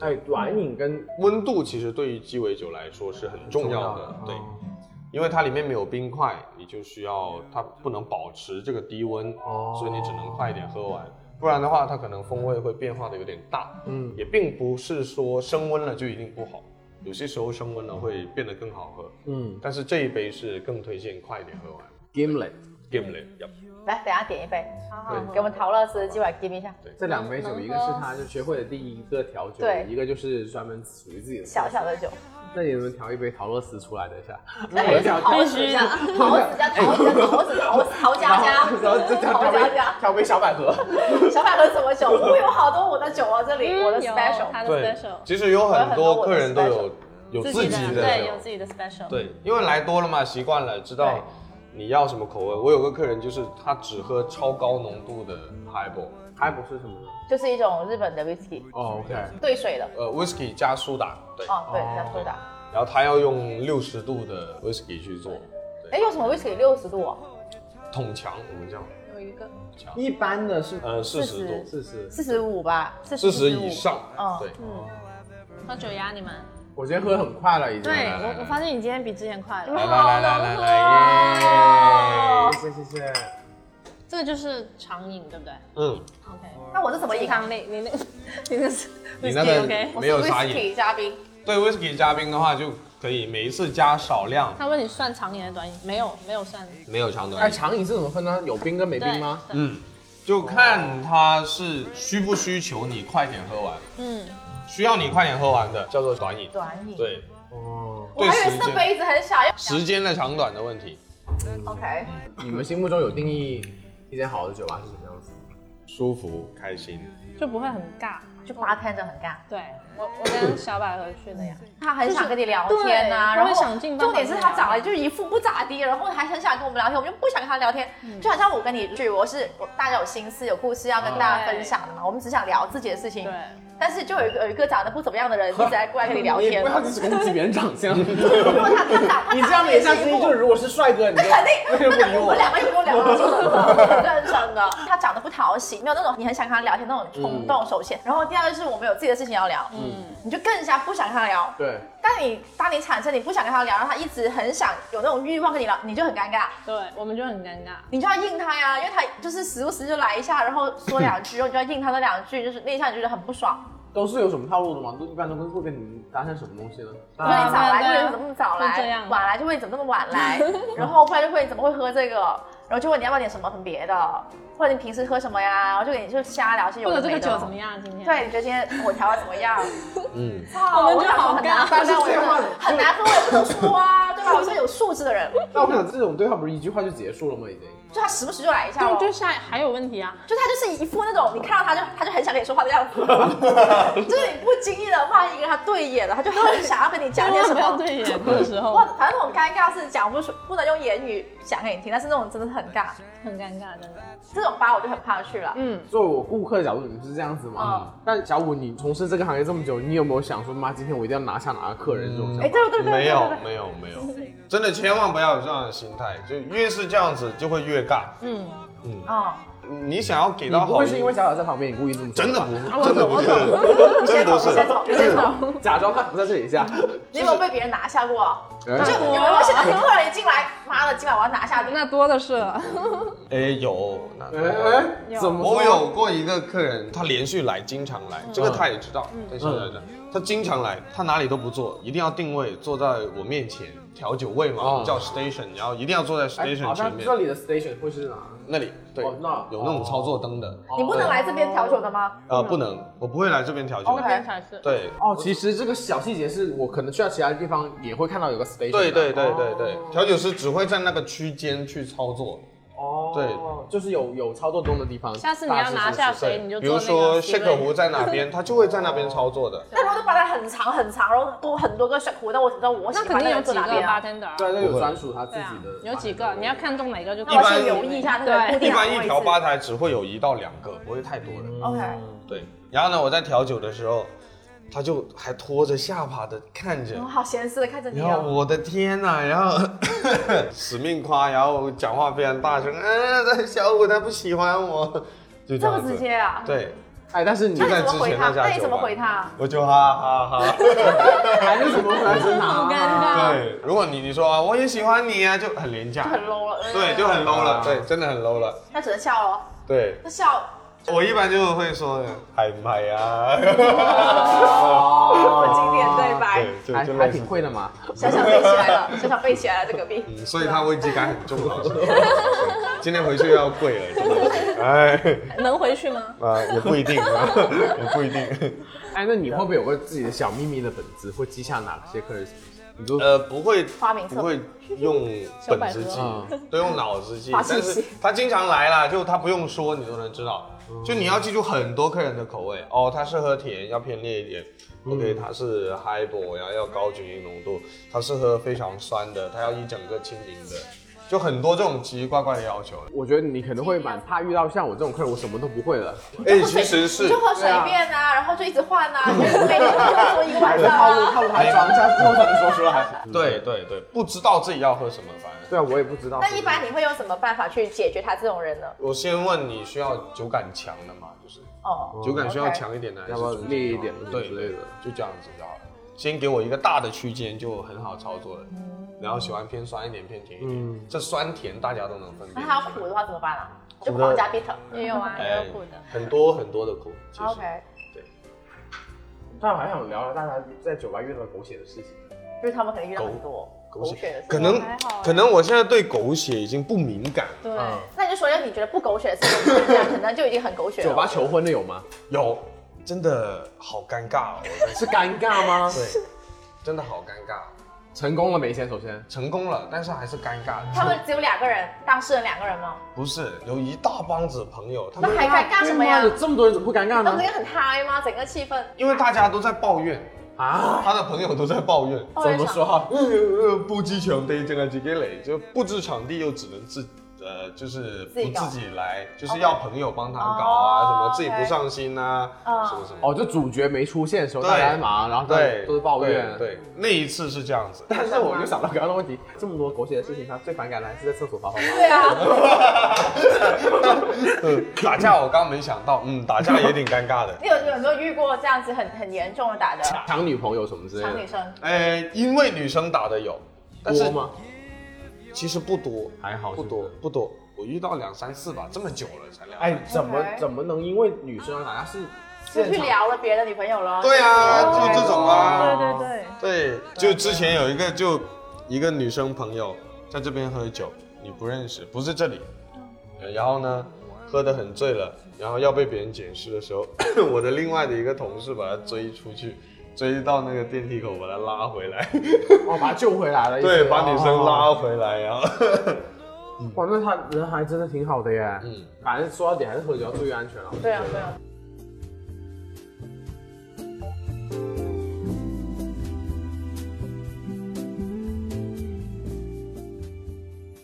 Speaker 1: 哎，短饮跟
Speaker 7: 温度其实对于鸡尾酒来说是很重要的，对，
Speaker 1: 嗯
Speaker 7: 因为它里面没有冰块，你就需要它不能保持这个低温，
Speaker 1: 哦
Speaker 7: 所以你只能快一点喝完，不然的话它可能风味会变化的有点大，
Speaker 1: 嗯
Speaker 7: 也并不是说升温了就一定不好，有些时候升温了会变得更好喝，
Speaker 1: 嗯
Speaker 7: 但是这一杯是更推荐快一点喝完。
Speaker 1: Gimlet
Speaker 7: Gimlet，
Speaker 6: 来，等一下点一杯，
Speaker 7: 对
Speaker 6: 给我们陶乐斯今晚 give 一下。
Speaker 1: 这两杯酒，一个是他就学会的第一个调酒
Speaker 6: 对，
Speaker 1: 一个就是专门属于自己的
Speaker 6: 小小的酒，
Speaker 1: 那你能调一杯陶乐斯出来等一下？
Speaker 6: 那也是陶
Speaker 8: 必
Speaker 6: 子
Speaker 8: 须
Speaker 6: 家、陶子家、陶子家、陶子陶陶家家、
Speaker 1: 然后再调
Speaker 6: 陶
Speaker 1: 调
Speaker 6: 家
Speaker 1: 杯
Speaker 6: 家。
Speaker 1: 调杯小百合。
Speaker 6: 小百合什么酒？我有好多我的酒啊，这里我的 special。
Speaker 8: 嗯他的
Speaker 7: 对
Speaker 8: special，，
Speaker 7: 其实有很多客人都
Speaker 6: 我有很
Speaker 7: 有有自己的
Speaker 8: 的对，有自己的 special，，
Speaker 7: 对，因为来多了嘛，习惯了，知道
Speaker 6: 对
Speaker 7: 你要什么口味。我有个客人就是他只喝超高浓度的 highball，
Speaker 1: 还不是什么呢？
Speaker 6: 就是一种日本的 whisky，
Speaker 1: 哦，OK，
Speaker 6: 兑水的。
Speaker 7: 呃，whisky 加苏打，对，
Speaker 6: 哦，对，加苏打。
Speaker 7: 然后他要用六十度的 whisky 去做
Speaker 6: 哎，有什么 whisky 六十度哦？
Speaker 7: 桶强，我们叫
Speaker 8: 有一个
Speaker 1: 一般的是
Speaker 7: 呃四十
Speaker 6: 40
Speaker 7: 度，
Speaker 1: 四十。
Speaker 6: 四十五吧，
Speaker 7: 四十以上
Speaker 6: 嗯，
Speaker 7: 啊对，
Speaker 8: 喝酒压你们。
Speaker 1: 我今天喝的很快了，已经。
Speaker 8: 对
Speaker 1: 来
Speaker 8: 我，我发现你今天比之前
Speaker 7: 来
Speaker 8: 快了。
Speaker 7: 来来来来耶，
Speaker 1: 谢谢谢谢。
Speaker 8: 这个就是长饮，对不对
Speaker 7: 嗯，
Speaker 8: ？OK，
Speaker 6: 那我是怎么
Speaker 8: 健
Speaker 6: 饮啊？
Speaker 8: 康类，你那，你那是
Speaker 7: 你那个
Speaker 8: OK。
Speaker 6: 我
Speaker 7: 没
Speaker 6: 是
Speaker 7: 有啥饮，
Speaker 6: whisky 加冰，
Speaker 7: 对 whisky 加冰的话就可以每一次加少量，
Speaker 8: 他问你算长饮还是短饮？没有，没有算。
Speaker 7: 没有长
Speaker 1: 哎，
Speaker 7: 短饮。
Speaker 1: 长饮是怎么分呢？有冰跟没
Speaker 8: 对
Speaker 1: 冰吗？？
Speaker 8: 对
Speaker 7: 嗯，就看他是需不需求你快点喝完，
Speaker 8: 嗯，
Speaker 7: 需要你快点喝完的叫做短饮。
Speaker 6: 短饮。
Speaker 7: 对，
Speaker 1: 哦，
Speaker 6: 我
Speaker 7: 对
Speaker 6: 还以为
Speaker 7: 时
Speaker 6: 是
Speaker 7: 间
Speaker 6: 杯子很小，要
Speaker 7: 时间的长短的问题。
Speaker 6: OK。
Speaker 1: 你们心目中有定义一间好的酒吧是什么样子？
Speaker 7: 舒服开心，
Speaker 8: 就不会很尬。
Speaker 6: 就八摊着很尬，
Speaker 8: 对我，我跟小百合去的呀。
Speaker 6: 他很想跟你聊
Speaker 8: 就是
Speaker 6: 天啊，然
Speaker 8: 对他会
Speaker 6: 后
Speaker 8: 想尽办法
Speaker 6: 重点是他长得就是一副不咋地，然后还很想跟我们聊天，我们就不想跟他聊天，
Speaker 8: 嗯
Speaker 6: 就好像我跟你去，我是我大家有心思有故事要跟大家分享的嘛，我们只想聊自己的事情
Speaker 8: 对，，
Speaker 6: 但是就有一个有一个长得不怎么样的人一直在过来跟你聊
Speaker 1: 你
Speaker 6: 天
Speaker 1: 不，要只是攻击别人长相。
Speaker 6: 如果他他长他
Speaker 1: 你这样
Speaker 6: 长得也
Speaker 1: 每
Speaker 6: 是
Speaker 1: 下
Speaker 6: 一
Speaker 1: 之
Speaker 6: 副
Speaker 1: 一就是，如果是帅哥，你就
Speaker 6: 肯定，
Speaker 1: 那就不理
Speaker 6: 我
Speaker 1: 我
Speaker 6: 们。两个有没有聊到这个？认真 的，他长得不讨喜，没有那种你很想跟他聊天那种冲
Speaker 1: 嗯
Speaker 6: 动。首先，然后第二个是我们有自己的事情要聊，
Speaker 8: 嗯
Speaker 6: 你就更加不想跟他聊。
Speaker 1: 对，
Speaker 6: 但你当你产生你不想跟他聊，然后他一直很想有那种欲望跟你聊，你就很尴尬，
Speaker 8: 对，我们就很尴尬。
Speaker 6: 你就要应他呀，因为他就是时不时就来一下，然后说两句，然后你就要应他那两句，就是那一下你就觉得很不爽。
Speaker 1: 都是有什么套路的吗？都一般都会跟你们搭上什么东西呢？
Speaker 6: 我说你早来
Speaker 8: 对啊
Speaker 6: 就会怎么那么早
Speaker 8: 就这样
Speaker 6: 来，晚来就会怎么那么晚来，然后不然就会怎么会喝这个，然后就问你要不要点什么很别的，或者你平时喝什么呀，然后就给你就瞎聊些有
Speaker 8: 或者
Speaker 6: 的没
Speaker 8: 这个
Speaker 6: 的
Speaker 8: 酒怎么。样？今天
Speaker 6: 对，你觉得今天我调的怎么样？
Speaker 7: 嗯，
Speaker 6: 操
Speaker 8: 我们就好
Speaker 6: 很难
Speaker 8: 尴尬
Speaker 6: 分啊，我觉得很难分，我也不能说啊，对吧？我是有素质的人，
Speaker 1: 那我想这种对话不是一句话就结束了吗？已经。
Speaker 6: 就他时不时就来一下
Speaker 8: 就
Speaker 6: 咯，
Speaker 8: 就下还有问题啊。
Speaker 6: 就他就是一副那种你看到他就他就很想跟你说话的样子，就是你不经意的话一跟他对眼了，他就很想要跟你讲点什
Speaker 8: 不要
Speaker 6: 么。
Speaker 8: 对眼的时候
Speaker 6: 哇，，反正那种尴尬是讲不出，不能用言语讲给你听，但是那种真的很尬。
Speaker 8: 很尴尬，真的。
Speaker 6: 这种吧我就很怕去了。
Speaker 8: 嗯，
Speaker 1: 作为我顾客的角度，你们是这样子吗？但小五，你从事这个行业这么久，你有没有想说，妈，今天我一定要拿下哪个客人这种想
Speaker 6: 哎、
Speaker 1: 法？
Speaker 6: 对对对对，
Speaker 7: 没有
Speaker 6: 对对
Speaker 7: 没有没有，真的千万不要有这样的心态，就越是这样子就会越尬。
Speaker 6: 哦，
Speaker 7: 你想要给
Speaker 1: 你
Speaker 7: 到
Speaker 1: 不
Speaker 7: 好
Speaker 1: 会
Speaker 7: 意，
Speaker 1: 是因为小小在旁边，你故意这么说吧
Speaker 7: 真的不真的不是，真的不
Speaker 6: 你先
Speaker 7: 是
Speaker 6: 走，你先走。
Speaker 1: 假装他不在这里一下？
Speaker 6: 你有没有被别人拿下过？
Speaker 1: 哎
Speaker 6: 就有没有想到有客人一进来，妈的，今晚我要拿下你。
Speaker 8: 那多的是了。
Speaker 7: 哎有那
Speaker 1: 哎哎，
Speaker 8: 有
Speaker 1: 怎么说？
Speaker 7: 我有过一个客人，他连续来，经常来，这个他也知道。对，是的，是的他经常来，他哪里都不坐，一定要定位坐在我面前，调酒位嘛，
Speaker 1: 哦
Speaker 7: 叫 station，然后一定要坐在
Speaker 1: 哎，
Speaker 7: station
Speaker 1: 好
Speaker 7: 前
Speaker 1: 像
Speaker 7: 面
Speaker 1: 这里的 station 会是哪？
Speaker 7: 那里。对，
Speaker 1: 哦那
Speaker 7: 有那种操作灯的，
Speaker 6: 你不能来这边调酒的吗？
Speaker 7: 呃，不能，我不会来这边调酒
Speaker 8: 那。边才是。
Speaker 7: 对，
Speaker 1: 哦，其实这个小细节是我可能去到其他地方也会看到有个 station 的。哦
Speaker 7: 对对对对对，调酒师只会在那个区间去操作。
Speaker 1: 哦，
Speaker 7: 对，
Speaker 1: 就是有有操作中的地方。
Speaker 8: 下次你要拿下
Speaker 1: 大致是
Speaker 8: 谁，你就
Speaker 7: 比
Speaker 8: 做那
Speaker 7: 如
Speaker 8: 个
Speaker 7: 说
Speaker 8: C 位
Speaker 7: shake 壶在哪边，他就会在那边操作的。
Speaker 6: 那如果都把它很长很长，然后多很多个 shot 壶，那我怎么知道我喜
Speaker 8: 那
Speaker 6: 欢
Speaker 8: 肯定有
Speaker 6: 个
Speaker 8: 几
Speaker 6: 坐
Speaker 8: 个
Speaker 6: 哪边啊？
Speaker 8: bartender 啊。
Speaker 1: 对，那
Speaker 7: 不
Speaker 1: 有
Speaker 7: 会
Speaker 1: 专属他自
Speaker 8: 对
Speaker 1: 己
Speaker 8: 啊
Speaker 1: 的。，
Speaker 8: 有几个？你要看中哪个就
Speaker 6: 那我去
Speaker 7: 一般
Speaker 6: 留意一下那个
Speaker 8: 对
Speaker 6: 固
Speaker 7: 一
Speaker 6: 定好
Speaker 7: 般
Speaker 6: 的
Speaker 7: 一
Speaker 6: 位
Speaker 7: 条
Speaker 6: 置
Speaker 7: 吧台只会有一到两个，不会太多的。
Speaker 6: OK，
Speaker 7: 对，然后呢，我在调酒的时候，他就还拖着下巴的看着
Speaker 6: 我。嗯好闲适的看着你
Speaker 7: 然后
Speaker 6: 哦。
Speaker 7: 我的天呐，然后 死命夸，然后讲话非常大声，嗯、啊，小五他不喜欢我，就这
Speaker 6: 这
Speaker 7: 样
Speaker 6: 么
Speaker 7: 子
Speaker 6: 直接啊？
Speaker 7: 对，
Speaker 1: 哎，但是你
Speaker 7: 就
Speaker 6: 那
Speaker 7: 在
Speaker 6: 你怎
Speaker 7: 之
Speaker 6: 么回
Speaker 7: 前
Speaker 6: 他？
Speaker 7: 那
Speaker 6: 那
Speaker 7: 家
Speaker 6: 你
Speaker 7: 酒
Speaker 6: 怎么
Speaker 7: 吧
Speaker 6: 回，他？
Speaker 7: 我就哈 哈哈。
Speaker 1: 还是怎么回来真的
Speaker 8: 好尴尬
Speaker 1: 啊
Speaker 7: 对，如果你你说啊我也喜欢你啊，就很廉价，
Speaker 6: 很 low 了。嗯
Speaker 7: 对，就很 low 了，对，真的很 low 了，
Speaker 6: 他只能笑咯。
Speaker 7: 对。
Speaker 6: 他笑，
Speaker 7: 我一般就会说，嗨唔系 啊，
Speaker 6: 我经典对白，
Speaker 7: 哦对，就
Speaker 1: 还
Speaker 7: 就
Speaker 1: 还
Speaker 7: 类似
Speaker 1: 挺会的嘛。
Speaker 6: 小小背起来了，小小背起来了，这个病。
Speaker 7: 嗯所以他危机感很重，老师。今天回去要跪了，真的是。哎，
Speaker 8: 能回去吗？
Speaker 7: 啊，也不一定啊，也不一定。
Speaker 1: 哎，那你会不会有个自己的小秘密的本子，会记下哪些客人？你就
Speaker 7: 呃，不会，
Speaker 6: 花名册
Speaker 7: 不会用本子记
Speaker 1: 小百合，
Speaker 7: 都用脑子记。
Speaker 6: 花信
Speaker 7: 但
Speaker 6: 息
Speaker 7: 是他经常来啦，就他不用说，你都能知道。就你要记住很多客人的口味哦，他是喝甜，要偏烈一点。OK，他是 highball，然后要高酒精浓度，他是喝非常酸的，他要一整个清零的，就很多这种奇奇怪怪的要求。
Speaker 1: 我觉得你可能会蛮怕遇到像我这种客人，我什么都不会了。
Speaker 7: 哎，其实是
Speaker 6: 你就喝水便啊，然后就一直换 啊，每天就做一个晚上
Speaker 1: 套路
Speaker 6: 啊。
Speaker 1: 套路还
Speaker 7: 哎
Speaker 1: 装一下，最后才能说出来。
Speaker 7: 对对对，不知道自己要喝什么，反正。
Speaker 1: 对啊，我也不知道。
Speaker 6: 那一般你会用什么办法去解决他这种人呢？
Speaker 7: 我先问你需要酒感强的吗？就是
Speaker 6: 哦，
Speaker 7: 酒感需要
Speaker 6: OK
Speaker 7: 强一点的，还
Speaker 1: 要
Speaker 7: 是
Speaker 1: 不要
Speaker 7: 中间
Speaker 1: 烈一
Speaker 7: 好
Speaker 1: 点的
Speaker 7: 对
Speaker 1: 之类的
Speaker 7: 对，就这样子就好了。先给我一个大的区间就很好操作了，然后喜欢偏酸一点，偏甜一
Speaker 1: 嗯
Speaker 7: 点，这酸甜大家都能分
Speaker 6: 那
Speaker 7: 辨。
Speaker 6: 他要苦的话怎么办啊？就
Speaker 7: 苦的
Speaker 6: 狂加 bitter。
Speaker 8: 也有啊，也
Speaker 7: 哎
Speaker 8: 有苦的。
Speaker 7: 很多很多的苦，其实
Speaker 6: OK，
Speaker 1: 但我还想聊聊大家在酒吧遇到的狗血的事情。
Speaker 6: 就是他们肯定遇到很多狗血的事。
Speaker 7: 可能
Speaker 8: 还好哎
Speaker 7: 可能我现在对狗血已经不敏感了。
Speaker 8: 对，
Speaker 1: 嗯
Speaker 6: 那你就说一下你觉得不狗血的事情，这样可能就已经很狗血
Speaker 1: 酒
Speaker 6: 了。
Speaker 1: 吧求婚的有吗？
Speaker 7: 有，真的好尴尬哦，我
Speaker 1: 是尴尬吗？
Speaker 7: 对，真的好尴尬哦，
Speaker 1: 成功了没先？首先，
Speaker 7: 成功了，但是还是尴尬的。
Speaker 6: 他们只有两个人，当事人两个人吗？
Speaker 7: 不是有一大帮子朋友，他
Speaker 6: 那
Speaker 7: 们
Speaker 6: 还尴尬什么呀
Speaker 1: 因为妈？的这么多人怎么不尴尬
Speaker 6: 那不
Speaker 1: 呢
Speaker 6: 是？很嗨吗？整个气氛。
Speaker 7: 因为大家都在抱怨，
Speaker 1: 啊？
Speaker 7: 他的朋友都在抱怨，
Speaker 6: 抱
Speaker 1: 怎
Speaker 6: 怨
Speaker 1: 么
Speaker 6: 啥
Speaker 1: 说哈？
Speaker 7: 呃呃，布置场地这个这个嘞，就布置场地又只能自呃就是
Speaker 6: 自己
Speaker 7: 不
Speaker 6: 搞
Speaker 7: 自己来，就是要朋友帮他搞啊，什
Speaker 6: 哦
Speaker 7: 么自己不
Speaker 6: OK 嗯
Speaker 7: 上心啊，什么什么。
Speaker 1: 哦，就主角没出现的时候，
Speaker 7: 对
Speaker 1: 大家在忙，然后大家
Speaker 7: 对，
Speaker 1: 都是抱怨。
Speaker 7: 对，对那一次是这样子，
Speaker 1: 但是我就想到刚刚的问题，这么多狗血的事情，他最反感的还是在厕所发泡泡。
Speaker 6: 对啊，
Speaker 7: 嗯打架我刚没想到，嗯，打架也挺尴 尬的。
Speaker 6: 你有有没有遇过这样子很很严重的打的
Speaker 1: 抢女朋友什么之类
Speaker 6: 抢女
Speaker 1: 的，
Speaker 6: 生？
Speaker 7: 呃，因为女生打的有，但是
Speaker 1: 多吗？
Speaker 7: 其实不多，
Speaker 1: 还好
Speaker 7: 不多不多。我遇到两三次吧，这么久了才两。
Speaker 1: 哎，怎么
Speaker 6: OK
Speaker 1: 怎么能因为女生而打架？是
Speaker 6: 就去
Speaker 1: 现场
Speaker 6: 聊了别的女朋友了？
Speaker 7: 对啊，就这种啊。
Speaker 8: 对对
Speaker 7: 对，就之前有一个就一个女生朋友在这边喝酒，你不认识，不是这里。呃然后呢，喝得很醉了，然后要被别人捡尸的时候， 我的另外的一个同事把他追出去，追到那个电梯口把他拉回来，
Speaker 1: 哦，把他救回来了，
Speaker 7: 对，把女生拉
Speaker 1: 哦。
Speaker 7: 回来，然后
Speaker 1: 哇，那他人还真的挺好的耶。嗯
Speaker 7: 嗯，
Speaker 1: 反正说到底还是喝酒要注意安全了。
Speaker 6: 对啊，对啊。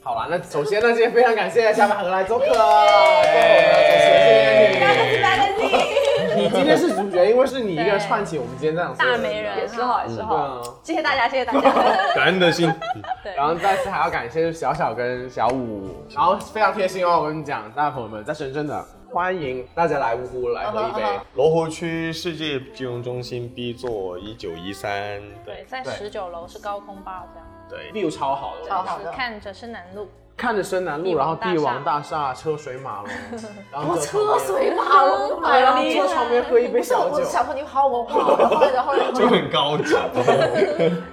Speaker 1: 好啦，那首先呢，先非常感谢下班和来做客，
Speaker 6: 大家都是大家
Speaker 7: 哎
Speaker 1: 你今天是主角，因为是你一个人串起我们今天这样
Speaker 8: 大媒人啊
Speaker 6: 也是好，也是
Speaker 1: 对
Speaker 6: 好。
Speaker 1: 啊。
Speaker 6: 谢谢大家，谢谢大 家。
Speaker 7: 感恩的心。嗯
Speaker 1: 然后再次还要感谢小小跟小五，然后非常贴心哦，我跟你讲，大家朋友们在深圳的，欢迎大家来芜湖来喝一杯。
Speaker 7: 罗湖区世界金融中心 B 座一九一三，
Speaker 8: 对，在
Speaker 1: 对
Speaker 8: 十九楼是高空吧，这样
Speaker 7: 对，
Speaker 1: view 超好的，我跟你
Speaker 6: 超好
Speaker 1: 讲
Speaker 6: 的
Speaker 8: 看着是南路，
Speaker 1: 看着深南
Speaker 8: 帝
Speaker 1: 路，
Speaker 8: 王
Speaker 1: 然后帝王
Speaker 8: 大
Speaker 1: 大厦、车水马龙，然后在旁
Speaker 6: 车
Speaker 1: 边
Speaker 6: 水马龙，
Speaker 1: 对，然后
Speaker 6: 厉
Speaker 1: 坐
Speaker 6: 害
Speaker 1: 旁边喝一杯
Speaker 6: 不是
Speaker 1: 小
Speaker 6: 我
Speaker 1: 酒，
Speaker 6: 小朋友，你好，我 好，然后然后然后
Speaker 7: 就很高级。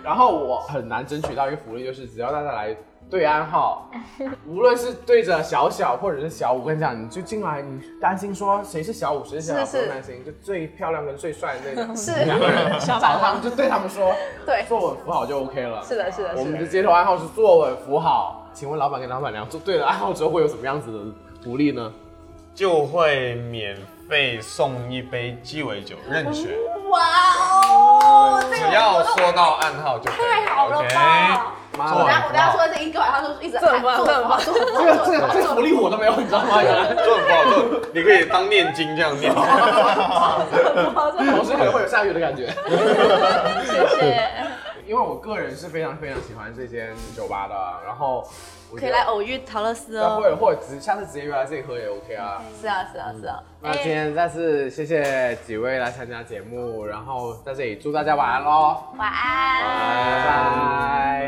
Speaker 1: 然后我很难争取到一个福利，就是只要大家来对暗 号，无论是对着小小或者是小五，跟你讲，你就进来，你担心说谁是小五，谁是小小，不
Speaker 6: 是是，
Speaker 1: 用担心，就最漂亮跟最帅的那个
Speaker 6: 是
Speaker 1: 两个人
Speaker 8: 小
Speaker 1: 找
Speaker 8: 白
Speaker 1: 他
Speaker 8: 狼
Speaker 1: 们就对他们说，
Speaker 6: 对
Speaker 1: 坐稳扶好就 OK 了。
Speaker 6: 是的，是的，
Speaker 1: 我
Speaker 6: 是
Speaker 1: 们
Speaker 6: 的。
Speaker 1: 的街头暗号是坐稳扶好。请问老板跟老板娘做对了暗号之后会有什么样子的福利呢？
Speaker 7: 就会免费送一杯鸡尾酒任选，
Speaker 6: 哇哦，这
Speaker 7: 只
Speaker 6: 个
Speaker 7: 要
Speaker 6: 我都
Speaker 7: 说到暗号就可以
Speaker 6: 太好了吧！
Speaker 1: 妈
Speaker 6: 我
Speaker 1: 的，
Speaker 6: 等下我等下说这一个晚上就一直
Speaker 8: 这么
Speaker 6: 喊
Speaker 8: 棒
Speaker 6: 做
Speaker 8: 这么棒
Speaker 6: 做做
Speaker 1: 这
Speaker 6: 做
Speaker 1: 个
Speaker 6: 做
Speaker 1: 这个这个福利我都没有，你知道 吗？原来
Speaker 7: 做很不好做，你可以当念经这样 念。
Speaker 1: 同事可能会有下雨的感觉。
Speaker 8: 谢谢。
Speaker 1: 因为我个人是非常非常喜欢这间酒吧的，然后我
Speaker 10: 可
Speaker 1: 觉
Speaker 10: 以
Speaker 1: 得
Speaker 10: 来偶遇陶乐斯
Speaker 1: 对，
Speaker 10: 哦。
Speaker 1: 或者或者直下次直接约来这里喝也 OK 啊。
Speaker 6: 是啊是啊是啊，
Speaker 1: 那今天再次谢谢几位来参加节目，然后在这里祝大家晚安喽，
Speaker 6: 晚安。
Speaker 1: 拜拜。